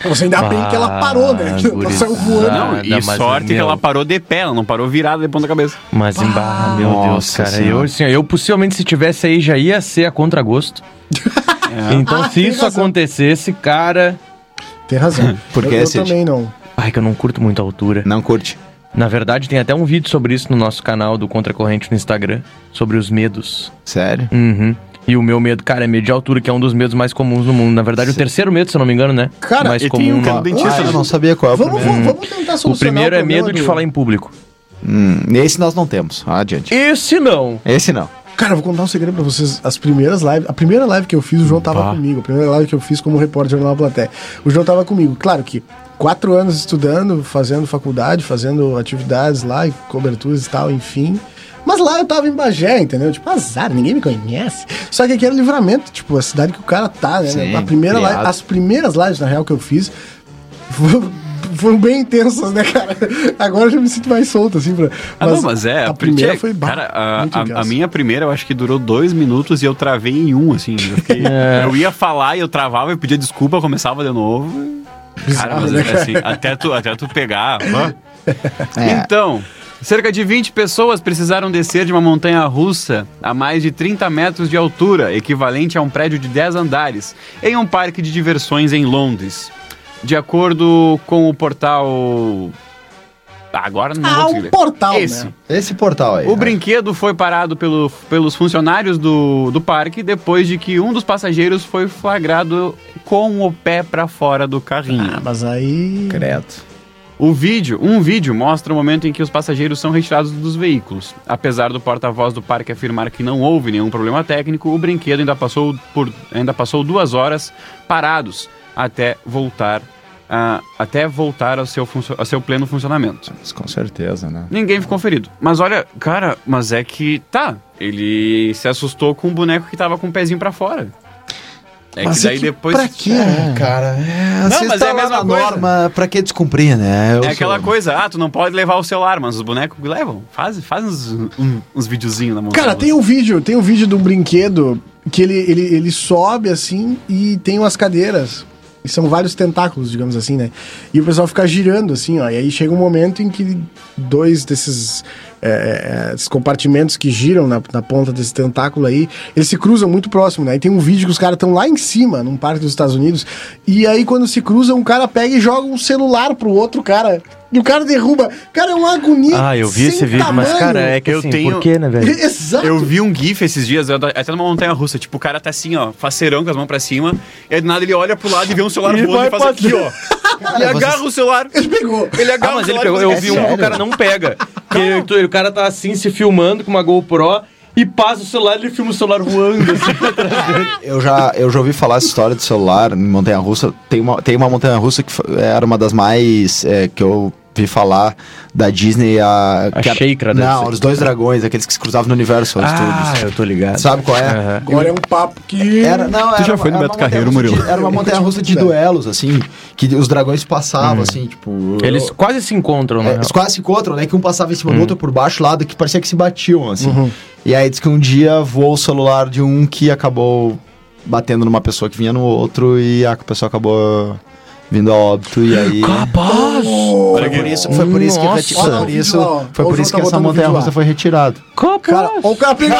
Você ainda bem que ela parou, né? Que ela saiu voando.
Ah,
Não,
dá
e
mais
sorte
um
que
meu.
ela parou de pé, ela não parou virada de ponta cabeça.
Mas em barra, meu Deus,
Nossa
cara.
Senhora.
Eu, assim, eu possivelmente se tivesse aí já ia ser a contragosto. Então,
Ah,
se
tem
isso
razão.
acontecesse, cara.
Tem razão.
Por que,
eu, eu
Cid?
também não.
Ai, que eu não curto muito a altura.
Não curte.
Na verdade, tem até um vídeo sobre isso no nosso canal do Contra Corrente no Instagram, sobre os medos.
Sério?
Uhum. E o meu medo, cara, é medo de altura, que é um dos medos mais comuns no mundo. Na verdade, o terceiro medo, se eu não me engano, né?
Cara,
mais
e tem um que é
no- Hum.
do dentista,
Ah, eu
né?
não sabia qual é o
Vamos,
primeiro.
vamos, vamos tentar
O
solucionar
primeiro é
problema
medo de
do-
falar em público.
Hum, esse nós não temos. Ah, Adiante.
Esse não.
Esse não.
Cara, eu vou contar um segredo pra vocês. As primeiras lives. A primeira live que eu fiz, o João tava comigo. A primeira live que eu fiz como repórter do Jornal da Plateia. O João tava comigo. Claro que quatro anos estudando, fazendo faculdade, fazendo atividades lá, e coberturas e tal, enfim. Mas lá eu tava em Bagé, entendeu? Tipo, azar, ninguém me conhece. Só que aqui era o livramento, tipo, a cidade que o cara tá, né?
Sim,
a primeira live-
criado.
as primeiras lives, na real, que eu fiz foram, foram bem intensas, né, cara? Agora eu já me sinto mais solto, assim. Pra,
Ah, não, mas é.
a primeira
tinha-
foi bah,
Cara, a,
muito
a- a
intensa.
minha primeira eu acho que durou dois minutos e eu travei em um, assim. Eu, fiquei-
É.
eu ia falar e eu travava, eu pedia desculpa, eu começava de novo. Cara, mas
né,
é assim, até tu, até tu pegar. hã? Então, cerca de 20 pessoas precisaram descer de uma montanha russa a mais de 30 metros de altura, equivalente a um prédio de 10 andares, em um parque de diversões em Londres. De acordo com o portal. Ah, Agora não
Ah,
vou
um
conseguir.
portal,
Esse.
né?
Esse portal aí. né?
O brinquedo foi parado pelo- pelos funcionários do, do parque depois de que um dos passageiros foi flagrado com o pé para fora do carrinho.
Ah, mas aí.
Credo.
O vídeo, um vídeo mostra o momento em que os passageiros são retirados dos veículos. Apesar do porta-voz do parque afirmar que não houve nenhum problema técnico, o brinquedo ainda passou por ainda passou duas horas parados até voltar ah, até voltar ao seu, funcio- ao seu pleno funcionamento.
Mas com certeza, né?
Ninguém ficou ferido. Mas olha, cara, mas é que tá. Ele se assustou com o boneco que tava com o pezinho pra fora. É
Mas
que daí
é que
depois.
Pra quê, né, cara? É,
Não,
às vezes
mas
tá
é a
lá
mesma
na
coisa.
norma, pra que descumprir, né? Eu
É aquela
sou-
coisa, ah, tu não pode levar o celular, mas os bonecos levam. Faz, faz uns, um- uns videozinhos na mão.
Cara, tem um vídeo, tem um vídeo de um brinquedo que ele, ele, ele sobe assim e tem umas cadeiras. E são vários tentáculos, digamos assim, né? E o pessoal fica girando, assim, ó. E aí chega um momento em que dois desses, é, é, esses compartimentos que giram na, na ponta desse tentáculo aí, eles se cruzam muito próximo, né? E tem um vídeo que os caras estão lá em cima, num parque dos Estados Unidos. E aí, quando se cruzam, um cara pega e joga um celular pro outro cara. E o cara derruba. Cara, é uma agonia.
Ah, eu vi
sem
esse vídeo, mas,
tamanho.
cara, é que
Eu
assim,
tenho-
por quê, né, velho?
Exato.
Eu vi um GIF esses dias, eu tô- até numa montanha russa. Tipo, o cara tá assim, ó, faceirão com as mãos pra cima. E aí do nada ele olha pro lado e vê um celular
E
voando
vai
e faz
pra
aqui, ó. e agarra o celular.
Ele pegou.
Ele agarra
Ah,
o
mas ele
celular.
pegou.
e
Eu
faz
vi
assim,
um
ó.
que o cara não pega. Que ele- tu- o cara tá assim se filmando com uma GoPro e passa o celular e ele filma o celular voando. assim.
Eu já, eu já ouvi falar essa história do celular em Montanha Russa. Tem uma, tem uma Montanha Russa que fo- era uma das mais. é, que eu vi falar da Disney. A,
A
que era-
Sheikra deve
Não,
ser. Ah,
os dois dragões, aqueles que se cruzavam no universo. os todos.
eu tô ligado.
Sabe qual é?
Aham.
Agora é um papo que.
Era, não, era,
já foi no
era
Beto
uma
Carreiro,
montanha-russa de-
Murilo?
Era uma montanha russa de duelos, assim, que os dragões passavam,
Uhum.
assim, tipo.
Eles
eu-
quase se encontram,
é,
Uhum.
né?
eles quase se encontram, né? Que um passava em cima
Uhum.
do outro por baixo lado, que parecia que se batiam, assim. E aí diz que um dia voou o celular de um que acabou batendo numa pessoa que vinha no outro e a pessoa acabou vindo a óbito. E aí.
Capaz!
Foi por isso, foi por isso que,
Nossa.
reti- foi
Olha o
por
vídeo
isso,
lá, ó.
foi
Olha o
por
João
isso
tá
que essa
botando o vídeo
montanha russa
lá.
foi retirada.
Cara,
Capaz!
ó, o cara pegou.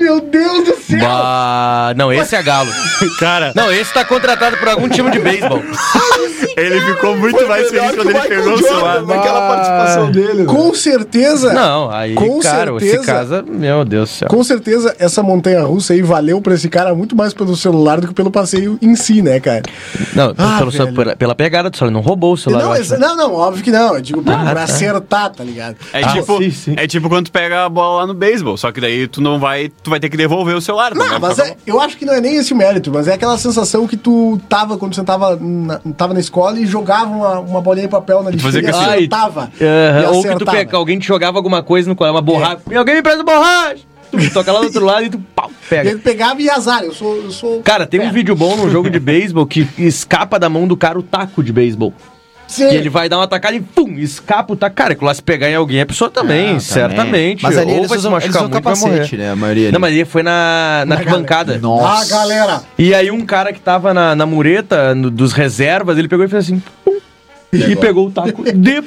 Meu Deus do céu!
Bah, não, esse é galo.
Cara,
Não, esse tá contratado por algum time de beisebol.
ele ficou muito mais feliz quando ele pegou o né? celular.
Naquela participação dele.
Com certeza.
Não, aí,
Com
cara,
certeza.
esse casa, meu Deus do céu.
Com certeza, essa montanha russa aí valeu pra esse cara muito mais pelo celular do que pelo passeio em si, né, cara?
Não,
Ah,
pelo seu-
velho.
pela, pela pegada do celular, não roubou o celular.
não,
eu acho,
exa-
né?
não, não, óbvio que não. Eu digo pra, pra
tá.
acertar, tá ligado?
É,
Ah,
tipo,
sim, sim.
é tipo quando tu pega a bola lá no beisebol, só que daí tu não vai, tu vai ter que devolver o celular. tá
Não,
então,
vai
mas
tá
ficar
é- eu acho que não é nem esse o mérito, mas é aquela sensação que tu tava quando você tava na, tava na escola e jogava uma, uma bolinha de papel na
fazia
lixeira e
com esse-
acertava.
Aham,
E
ou que tu
acertava. É.
pega, alguém te jogava alguma coisa no colar, uma borracha. Alguém me presta borracha! Tu toca lá do outro lado e tu pau,
E
pega.
Ele pegava e azar, eu sou. Eu sou
Cara, tem um
Pera.
vídeo bom num jogo de beisebol que escapa da mão do cara o taco de beisebol.
Sim.
E ele vai dar uma tacada e pum, escapa o taco. Cara, que lá se pegar em alguém, a pessoa também, certamente.
Ah, Mas ali
ou
eles
vai se
usam-
machucar
eles usam
muito, vai
capacete,
morrer.
né, a maioria ali.
Não, mas ele foi na, na arquibancada.
Ah, galera!
E aí um cara que tava na, na mureta no- dos reservas, ele pegou e fez assim. pum, e pegou o taco de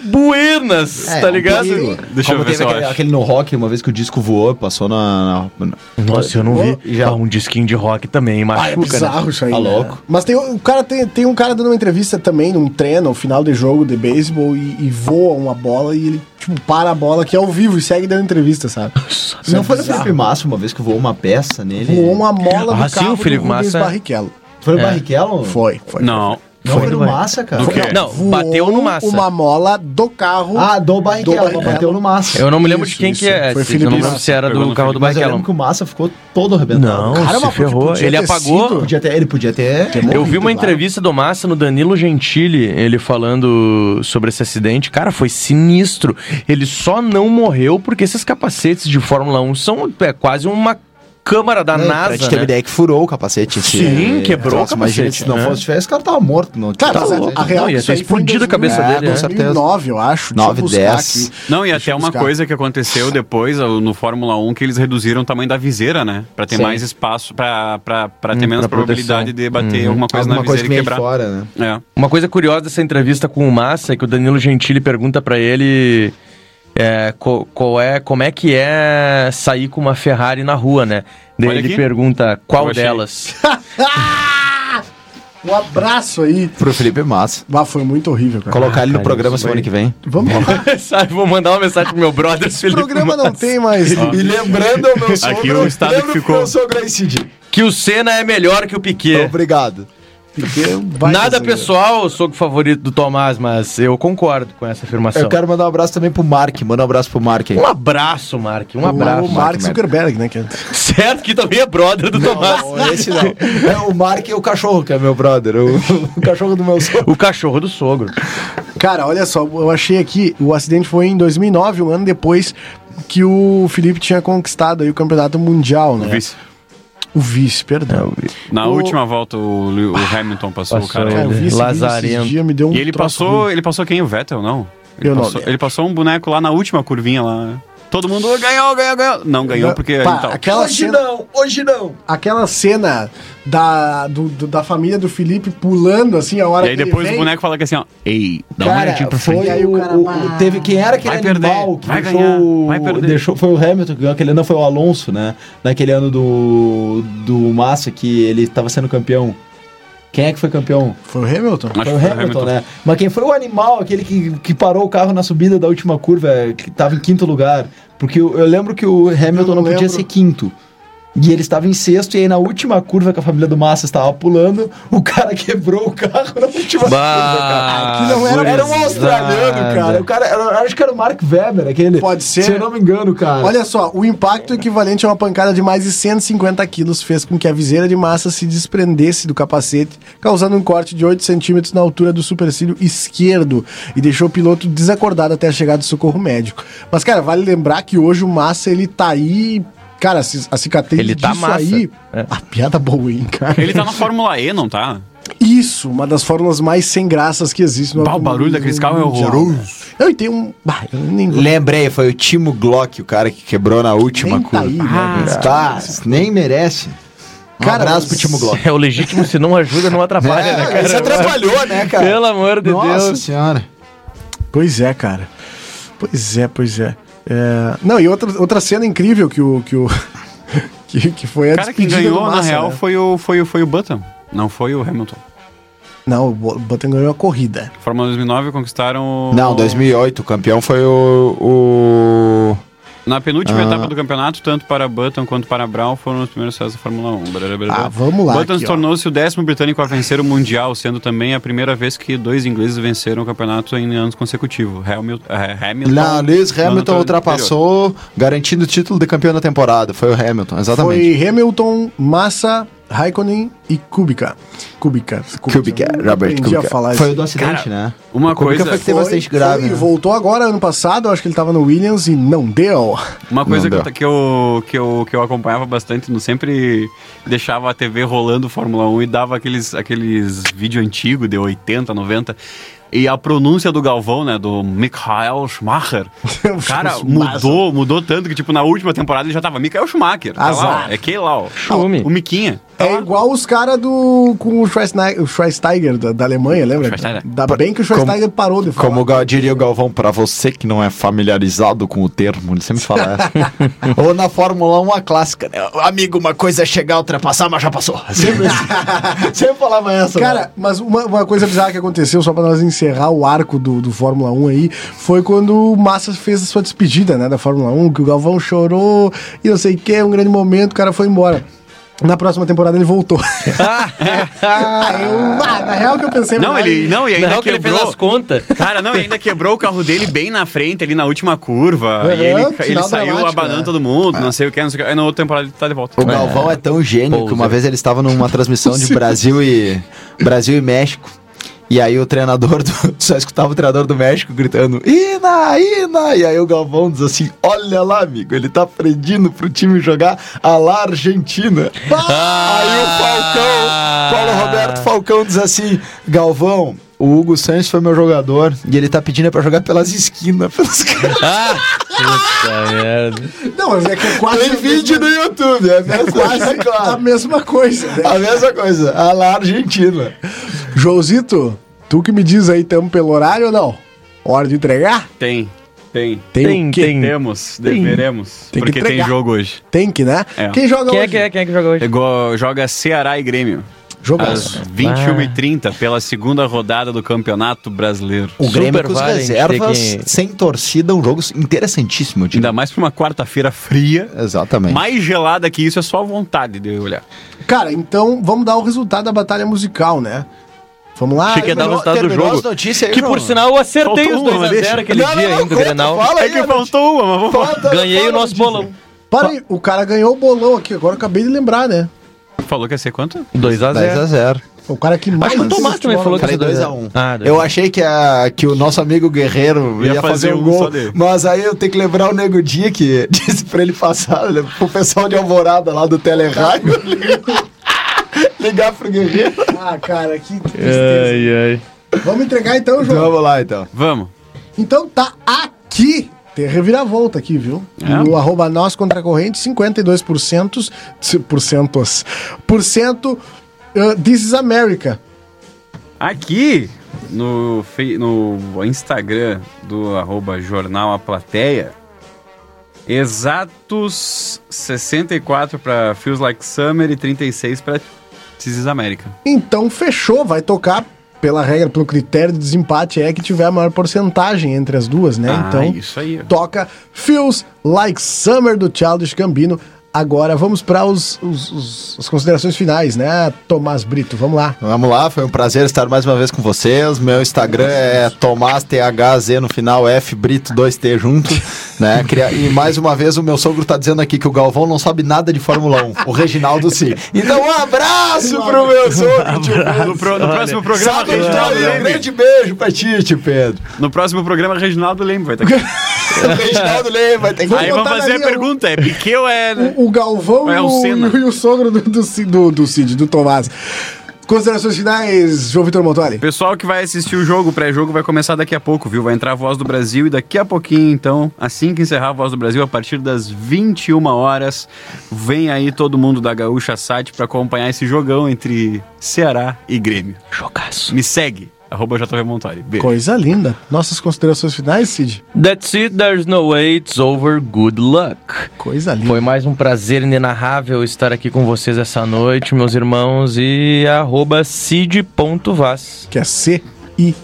buenas,
É,
tá ligado?
Como,
Deixa eu
como
ver se
teve
eu
aquele,
acho.
aquele no rock, uma vez que o disco voou, passou na. na- na-
Nossa, eu não vi.
Já-
Ah, um disquinho de rock também,
Ah, é
machuca, né?
bizarro isso aí.
Tá
né?
louco.
Mas tem, um- o cara tem, tem um cara dando uma entrevista também num treino, no final de jogo de beisebol, e, e voa uma bola e ele, tipo, para a bola que é ao vivo e segue dando entrevista, sabe?
Não foi no Felipe Massa uma vez que é voou uma peça nele?
Voou uma mola
Ah,
do
sim,
carro
o Felipe
do Rubens
Massa-
Barrichello.
Foi no Barrichello?
Foi, foi.
Não.
Não foi, no Massa, cara.
Do quê?
Não,
Voou
bateu no massa.
uma mola do carro.
Ah, do
Do
Barrichello,
Barrichello.
bateu no Massa.
Eu não me lembro
Isso,
de quem
isso.
que é.
Foi
se-
Felipe
eu não lembro
Massa. um
se era
Pegou
do
no
carro do
Mas eu lembro
Barrichello.
que o Massa ficou todo arrebentado.
Não,
cara.
Cara,
se
mas tipo podia-
ferrou.
podia
Ele
ter
apagou.
sido.
Podia ter, ele podia ter.
Ter morrido,
Eu vi uma
claro.
entrevista do Massa no Danilo Gentili, ele falando sobre esse acidente. Cara, foi sinistro. Ele só não morreu porque esses capacetes de Fórmula 1 são é, quase uma câmara da
pra gente
NASA.
ter uma
Né?
ideia que furou o capacete. esse-
Sim, quebrou o
Nossa, imagina,
capacete,
Se não
né?
fosse, tivesse, o cara tava morto. Não
Cara,
tinha
mas a-
capacete,
a
né?
real é
Não, ia
que
ter
isso aí foi em
explodido
2000,
a cabeça
é,
dele, né?
2009, eu acho. Deixa eu
9,
buscar
10.
aqui.
Não, e
Deixa
até
eu
uma
buscar.
coisa que aconteceu depois ao- no Fórmula 1 que eles reduziram o tamanho da viseira, né? Pra ter
Sim.
mais espaço, pra, pra, pra ter
Hum,
menos
pra proteção.
probabilidade de bater alguma coisa
Alguma
na viseira
coisa que
e
veio
quebrar.
fora, né?
É.
Uma coisa curiosa dessa entrevista com o Massa é que o Danilo Gentili pergunta pra ele é, co- qual é, como é que é sair com uma Ferrari na rua, né? Daí
Olha
ele
aqui.
pergunta
Eu
qual
achei.
delas.
Ah! Um abraço aí.
Pro Felipe Massa.
Ah, foi muito horrível, cara.
Colocar ele no
cara,
programa
isso
semana
aí.
que vem.
Vamos lá.
Sabe, vou mandar uma mensagem pro meu brother,
O
Felipe.
programa não
Massa.
tem mais.
E lembrando ao meu sogro,
Aqui o estado
lembra
que
pro
ficou.
meu sogro aí, Cid.
Que o Senna é melhor que o Piquet.
Obrigado.
Porque vai
Nada
fazer.
pessoal, eu sou o favorito do Tomás, mas eu concordo com essa afirmação.
Eu quero mandar um abraço também pro Mark. Manda um abraço pro Mark aí.
Um abraço, Mark. Um abraço.
O Mark
Mark
Zuckerberg, né? que é-
Certo que também é brother do Tomás.
Não, esse não. É o Mark e o cachorro, que é meu brother. O, o cachorro do meu sogro.
O cachorro do sogro.
Cara, olha só, eu achei aqui, o acidente foi em 2009, um ano depois que o Felipe tinha conquistado aí o campeonato mundial, né?
O vice.
O vice, perdão.
Na
O-
última volta o, Lew- o Hamilton passou,
Passou
É, o cara.
Cara, o
ele.
vice
Lazarento.
Dia, me deu um
E ele
troço
passou.
ruim.
Ele passou quem? O Vettel, não? Ele,
Eu não
passou,
lembro.
ele passou um boneco lá na última curvinha lá. Todo mundo "Oh, ganhou, ganhou, ganhou. Não ganhou porque então, aí
Pá,
tal.
aquela, cena,
não, hoje não.
aquela cena da, do- do- da família do Felipe pulando assim a hora
E aí
que ele
depois o
vem.
boneco fala que assim, ó. Ei,
um
dá uma
Cara,
olhadinha pra
foi
frente.
Aí
o,
o cara,
o-
pá.
teve quem era aquele
Vai perder,
animal que
vai
deixou,
ganhar,
o-
vai perder.
deixou- foi o Hamilton que ganhou aquele ano foi o Alonso, né? Naquele ano do do Massa que ele tava sendo campeão. Quem é que foi campeão?
Foi o Hamilton?
Acho
Foi o
que foi
Hamilton, né? Mas quem foi o animal, aquele que, que parou o carro na subida da última curva, é, que tava em quinto lugar? Porque eu, eu lembro que o Hamilton
Eu
não,
não
podia
lembro.
ser quinto. E ele estava em sexto, e aí na última curva que a família do Massa estava pulando, o cara quebrou o carro na última curva, cara.
Bah,
Que não era, era um
gurizada.
australiano, cara. O cara era, acho que era o Mark Webber, aquele.
Pode ser.
Se eu não me engano, cara.
Olha só, o impacto equivalente a uma pancada de mais de 150 quilos fez com que a viseira de massa se desprendesse do capacete, causando um corte de 8 centímetros na altura do supercílio esquerdo e deixou o piloto desacordado até a chegada do socorro médico. Mas, cara, vale lembrar que hoje o Massa, ele tá aí... Cara, a ci- a cicatriz
Ele tá massa.
aí...
É.
A piada boa, hein, cara?
Ele tá na Fórmula E, não tá?
Isso, uma das fórmulas mais sem graças que existe no
Bah, o barulho daqueles carros é
mundial,
horroroso.
né? Não, e tem um... Bah, eu nem vou-
Lembrei, foi o Timo Glock, o cara que quebrou na última
Nem tá aí, né,
Ah,
cara?
tá, nem merece. Um
Cara,
abraço pro
mas-
Timo Glock.
É o legítimo, se não ajuda, não atrapalha, né, cara?
Isso atrapalhou, né, É, cara?
Pelo amor de
Nossa
Deus.
senhora.
Pois é, cara. Pois é, pois é. É, Não, e outra, outra cena incrível que o. Que, o... que, que foi a
Cara, quem
despedida do
ganhou, na
Massa,
real,
né?
foi o, foi, o, foi o Button. Não foi o Hamilton.
Não, o Bo- Button ganhou a corrida.
Fórmula 2009 conquistaram. o-
Não, 2008, o campeão foi o.
Na penúltima
Ah.
etapa do campeonato, tanto para Button quanto para Brown foram os primeiros sucessos da Fórmula 1. Brá, brá, brá,
Ah,
brá.
vamos lá.
Button
aqui,
se
ó.
tornou-se o décimo britânico a vencer o Mundial, sendo também a primeira vez que dois ingleses venceram o campeonato em anos consecutivos. Hamilton. eh,
o...
Hamilton
Não, Lewis
no ano
Hamilton
anterior.
ultrapassou, garantindo o título de campeão da temporada. Foi o Hamilton, exatamente.
Foi Hamilton, Massa, Raikkonen e Kubica. Kubica.
Kubica,
Eu não
Robert
aprendi a
Kubica.
falar
Foi o
isso.
do acidente, né?
Uma
O Kubica
coisa,
foi que teve bastante grave,
foi,
né?
voltou agora ano passado, eu acho que ele tava no Williams e não deu.
uma coisa que
Não
eu, que, eu, que, eu, que eu acompanhava bastante, não sempre deixava a TV rolando Fórmula 1 e dava aqueles, aqueles vídeos antigos de 80, 90. E a pronúncia do Galvão, né? Do Michael Schumacher. Cara, mudou, mudou tanto que, tipo, na última temporada ele já tava Michael Schumacher. Tá lá, ó,
Azar.
é que lá, ó.
Chume.
O Miquinha.
É igual os caras do. com o Schweinsteiger, o Schweinsteiger da, da Alemanha, lembra?
Schweinsteiger.
Ainda bem que o Schweinsteiger parou de falar.
Como o Gal- diria o Galvão, pra você que não é familiarizado com o termo, ele sempre fala essa. Ou na Fórmula 1 a clássica, né? Amigo, uma coisa é chegar, ultrapassar, mas já passou. Sempre, assim. sempre falava essa. né?
Cara, mas uma, uma coisa bizarra que aconteceu, só pra nós encerrar o arco do, do Fórmula 1 aí, foi quando o Massa fez a sua despedida, né, da Fórmula 1, que o Galvão chorou e não sei o que, um grande momento, o cara foi embora. Na próxima temporada ele voltou. Ah, eu- ah, na real que eu pensei...
Não,
mas-
ele. Não, e ainda
Não, que é ele
quebrou.
fez as contas.
Cara, não, e ainda quebrou o carro dele bem na frente, ali na última curva.
Uhum,
e ele, ele
final
saiu
dramático,
abanando
né?
todo mundo, não sei o que, não sei o que. Aí na outra temporada ele tá de volta.
O Galvão é, tão gênio que uma vez ele estava numa transmissão de Brasil e Brasil e México. E aí o treinador do, só escutava o treinador do México gritando: "Ina, Ina!" E aí o Galvão diz assim: "Olha lá, amigo, ele tá pedindo pro time jogar a la Argentina". Aí o Falcão, Paulo Roberto Falcão diz assim: "Galvão, o Hugo Sanches foi meu jogador e ele tá pedindo é pra jogar pelas esquinas, pelos caras.
Ah, puta
Então,
merda.
Não, mas é que é quase...
Tem vídeo no YouTube, é mesmo,
Quase a mesma coisa. né?
A mesma coisa, a la Argentina.
Joãozito, tu que me diz aí, tamo pelo horário ou não? Hora de entregar?
Tem, tem.
Tem, tem.
Temos, deveremos.
Tem que
porque tem
entregar.
jogo hoje.
Tem que, né?
É.
Quem joga
Quem é
hoje?
que é? Quem é que joga hoje?
Igual- Joga Ceará e Grêmio. Às
Ah,
Jogaço.
21h30, pela segunda rodada do Campeonato Brasileiro.
O
Super
Grêmio com as
vale, a gente
reservas,
tem que-
sem torcida, um jogo interessantíssimo. eu diria.
Ainda mais pra uma quarta-feira fria.
É.
Exatamente.
Mais gelada que isso é só a vontade de eu olhar.
Cara, então vamos dar o resultado da batalha musical, né? Vamos lá.
Achei que ia dar o
Terminou-
resultado do
terminou
jogo.
as notícias aí,
que
João?
por sinal eu acertei
Faltou
os
uma,
2x0
deixa.
aquele
Não, não,
dia
não,
ainda do
conta,
Grenal.
fala aí,
É que
Ana.
faltou uma, mas vamos falar.
Conta,
Ganhei
fala,
o nosso
Ana.
bolão.
Para aí, o cara ganhou o bolão aqui, agora eu acabei de lembrar, né?
Falou que ia ser
Um.
quanto?
10 a
2x0.
0.
O cara que mais.
Acho que né? o Tomás também falou que
Falei
ia ser
2 a
2x1.
1.
Ah, dois a
eu
um.
achei que, a, que o nosso amigo Guerreiro ia, fazer, um
só
gol,
dele.
mas aí eu tenho que lembrar o Nego Dia que disse pra ele passar né, pro pessoal de Alvorada lá do Telerádio ligar pro Guerreiro.
Ah, cara, que tristeza.
Ai, ai.
Vamos entregar então,
Então
João.
vamos lá então.
Vamos.
Então tá aqui. Tem reviravolta aqui, viu?
É.
O arroba nós contra a corrente, 52%. se- Porcentos. Por cento. uh, This is America.
Aqui no, fe- no Instagram do arroba Jornal A Plateia, exatos 64 pra Feels Like Summer e 36 pra This is America.
Então fechou, vai tocar pela regra, pelo critério de desempate é que tiver a maior porcentagem entre as duas, né?
Ah,
então
isso aí.
toca Feels Like Summer do Childish Gambino. Agora vamos para os, os- os- as considerações finais, né, Tomás Brito? Vamos lá.
Vamos lá, foi um prazer estar mais uma vez com vocês. Meu Instagram é Tomás THZ no final F Brito 2T junto, né? Queria- E mais uma vez o meu sogro tá dizendo aqui que o Galvão não sabe nada de Fórmula 1, o Reginaldo sim. Então um abraço pro meu sogro, tio Pedro.
No, pro- no próximo programa,
Sábado tá
Reginaldo
aí, um
Leme.
grande beijo pra ti, tio Pedro.
No próximo programa, Reginaldo Leme vai estar aqui.
O Reginaldo Leme vai ter que
Aí vamos
botar
fazer a
ali o-
pergunta: é Piquet ou é.
O, o Galvão
É
e,
o Senna.
o, e o sogro do, do, Ci- do, do Cid, do Tomás. Considerações finais, João Vitor Montoli.
Pessoal que vai assistir o jogo, o pré-jogo vai começar daqui a pouco, viu? Vai entrar a Voz do Brasil e daqui a pouquinho, então, assim que encerrar a Voz do Brasil, a partir das 21 horas, vem aí todo mundo da Gaúcha Site pra acompanhar esse jogão entre Ceará e Grêmio.
Jogaço.
Me segue, arroba JV Montari. Beijo.
Coisa linda. Nossas considerações finais, Cid?
That's it, there's no way, it's over, good luck.
Coisa linda.
Foi mais um prazer inenarrável estar aqui com vocês essa noite, meus irmãos, e arroba cid.vaz.
que é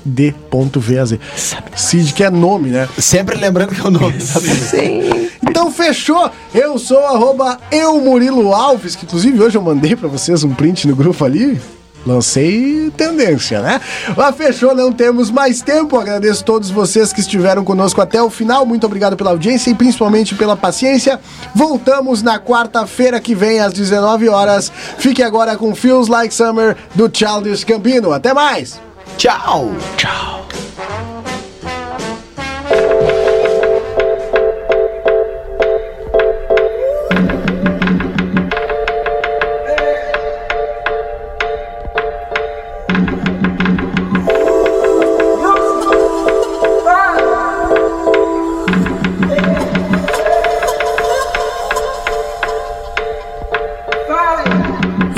CID.VAZ. Cid, que é nome, né?
Sempre lembrando que é o nome.
Então fechou! Eu sou o arroba eu Murilo Alves, que inclusive hoje eu mandei pra vocês um print no grupo ali. Lancei tendência, né? Mas fechou, não temos mais tempo. Agradeço a todos vocês que estiveram conosco até o final. Muito obrigado pela audiência e principalmente pela paciência. Voltamos na quarta-feira que vem, às 19 horas. Fique agora com Feels Like Summer do Childish Gambino. Até mais!
Tchau.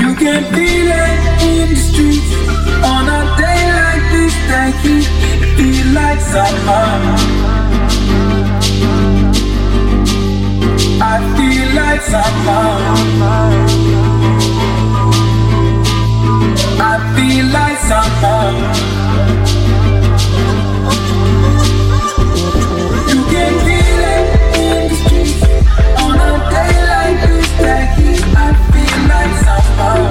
You can feel it. in the streets on a day like this. Thank you. The lights are on. I feel lights are on. I feel lights are on. You can feel it in the streets on a day like this. Thank you. I feel lights are on.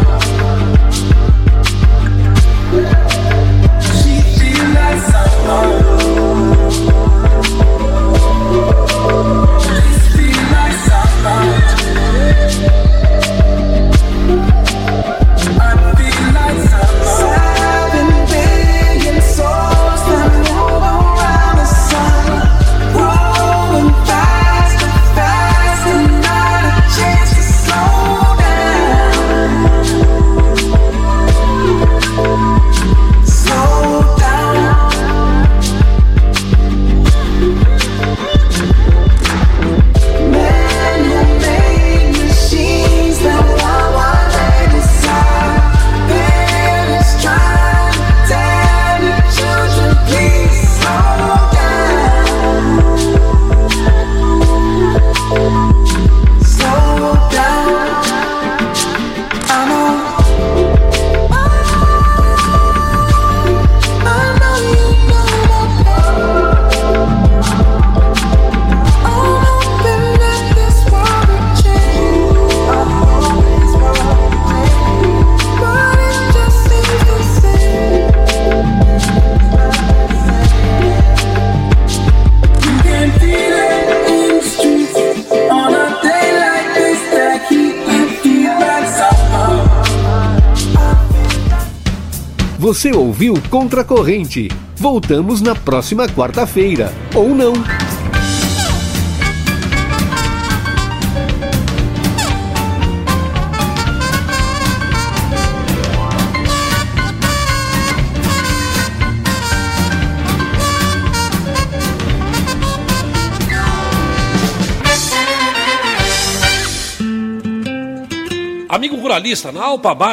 She feel like someone. This feel like someone. I feel like someone. Seven billion souls that move around the sun, growing faster, faster, not a chance to slow down. Slow down. Man-made machines that while I inside, parents trying to tell the children, please slow down. Slow down. I know. I know you know I'm hoping that this world will change. But it just seems the same. You can feel it in the streets on a day like this that keep feel like somehow.
Você ouviu Contra a Corrente. Voltamos na próxima quarta-feira. Ou não.
Amigo ruralista, na Alpamad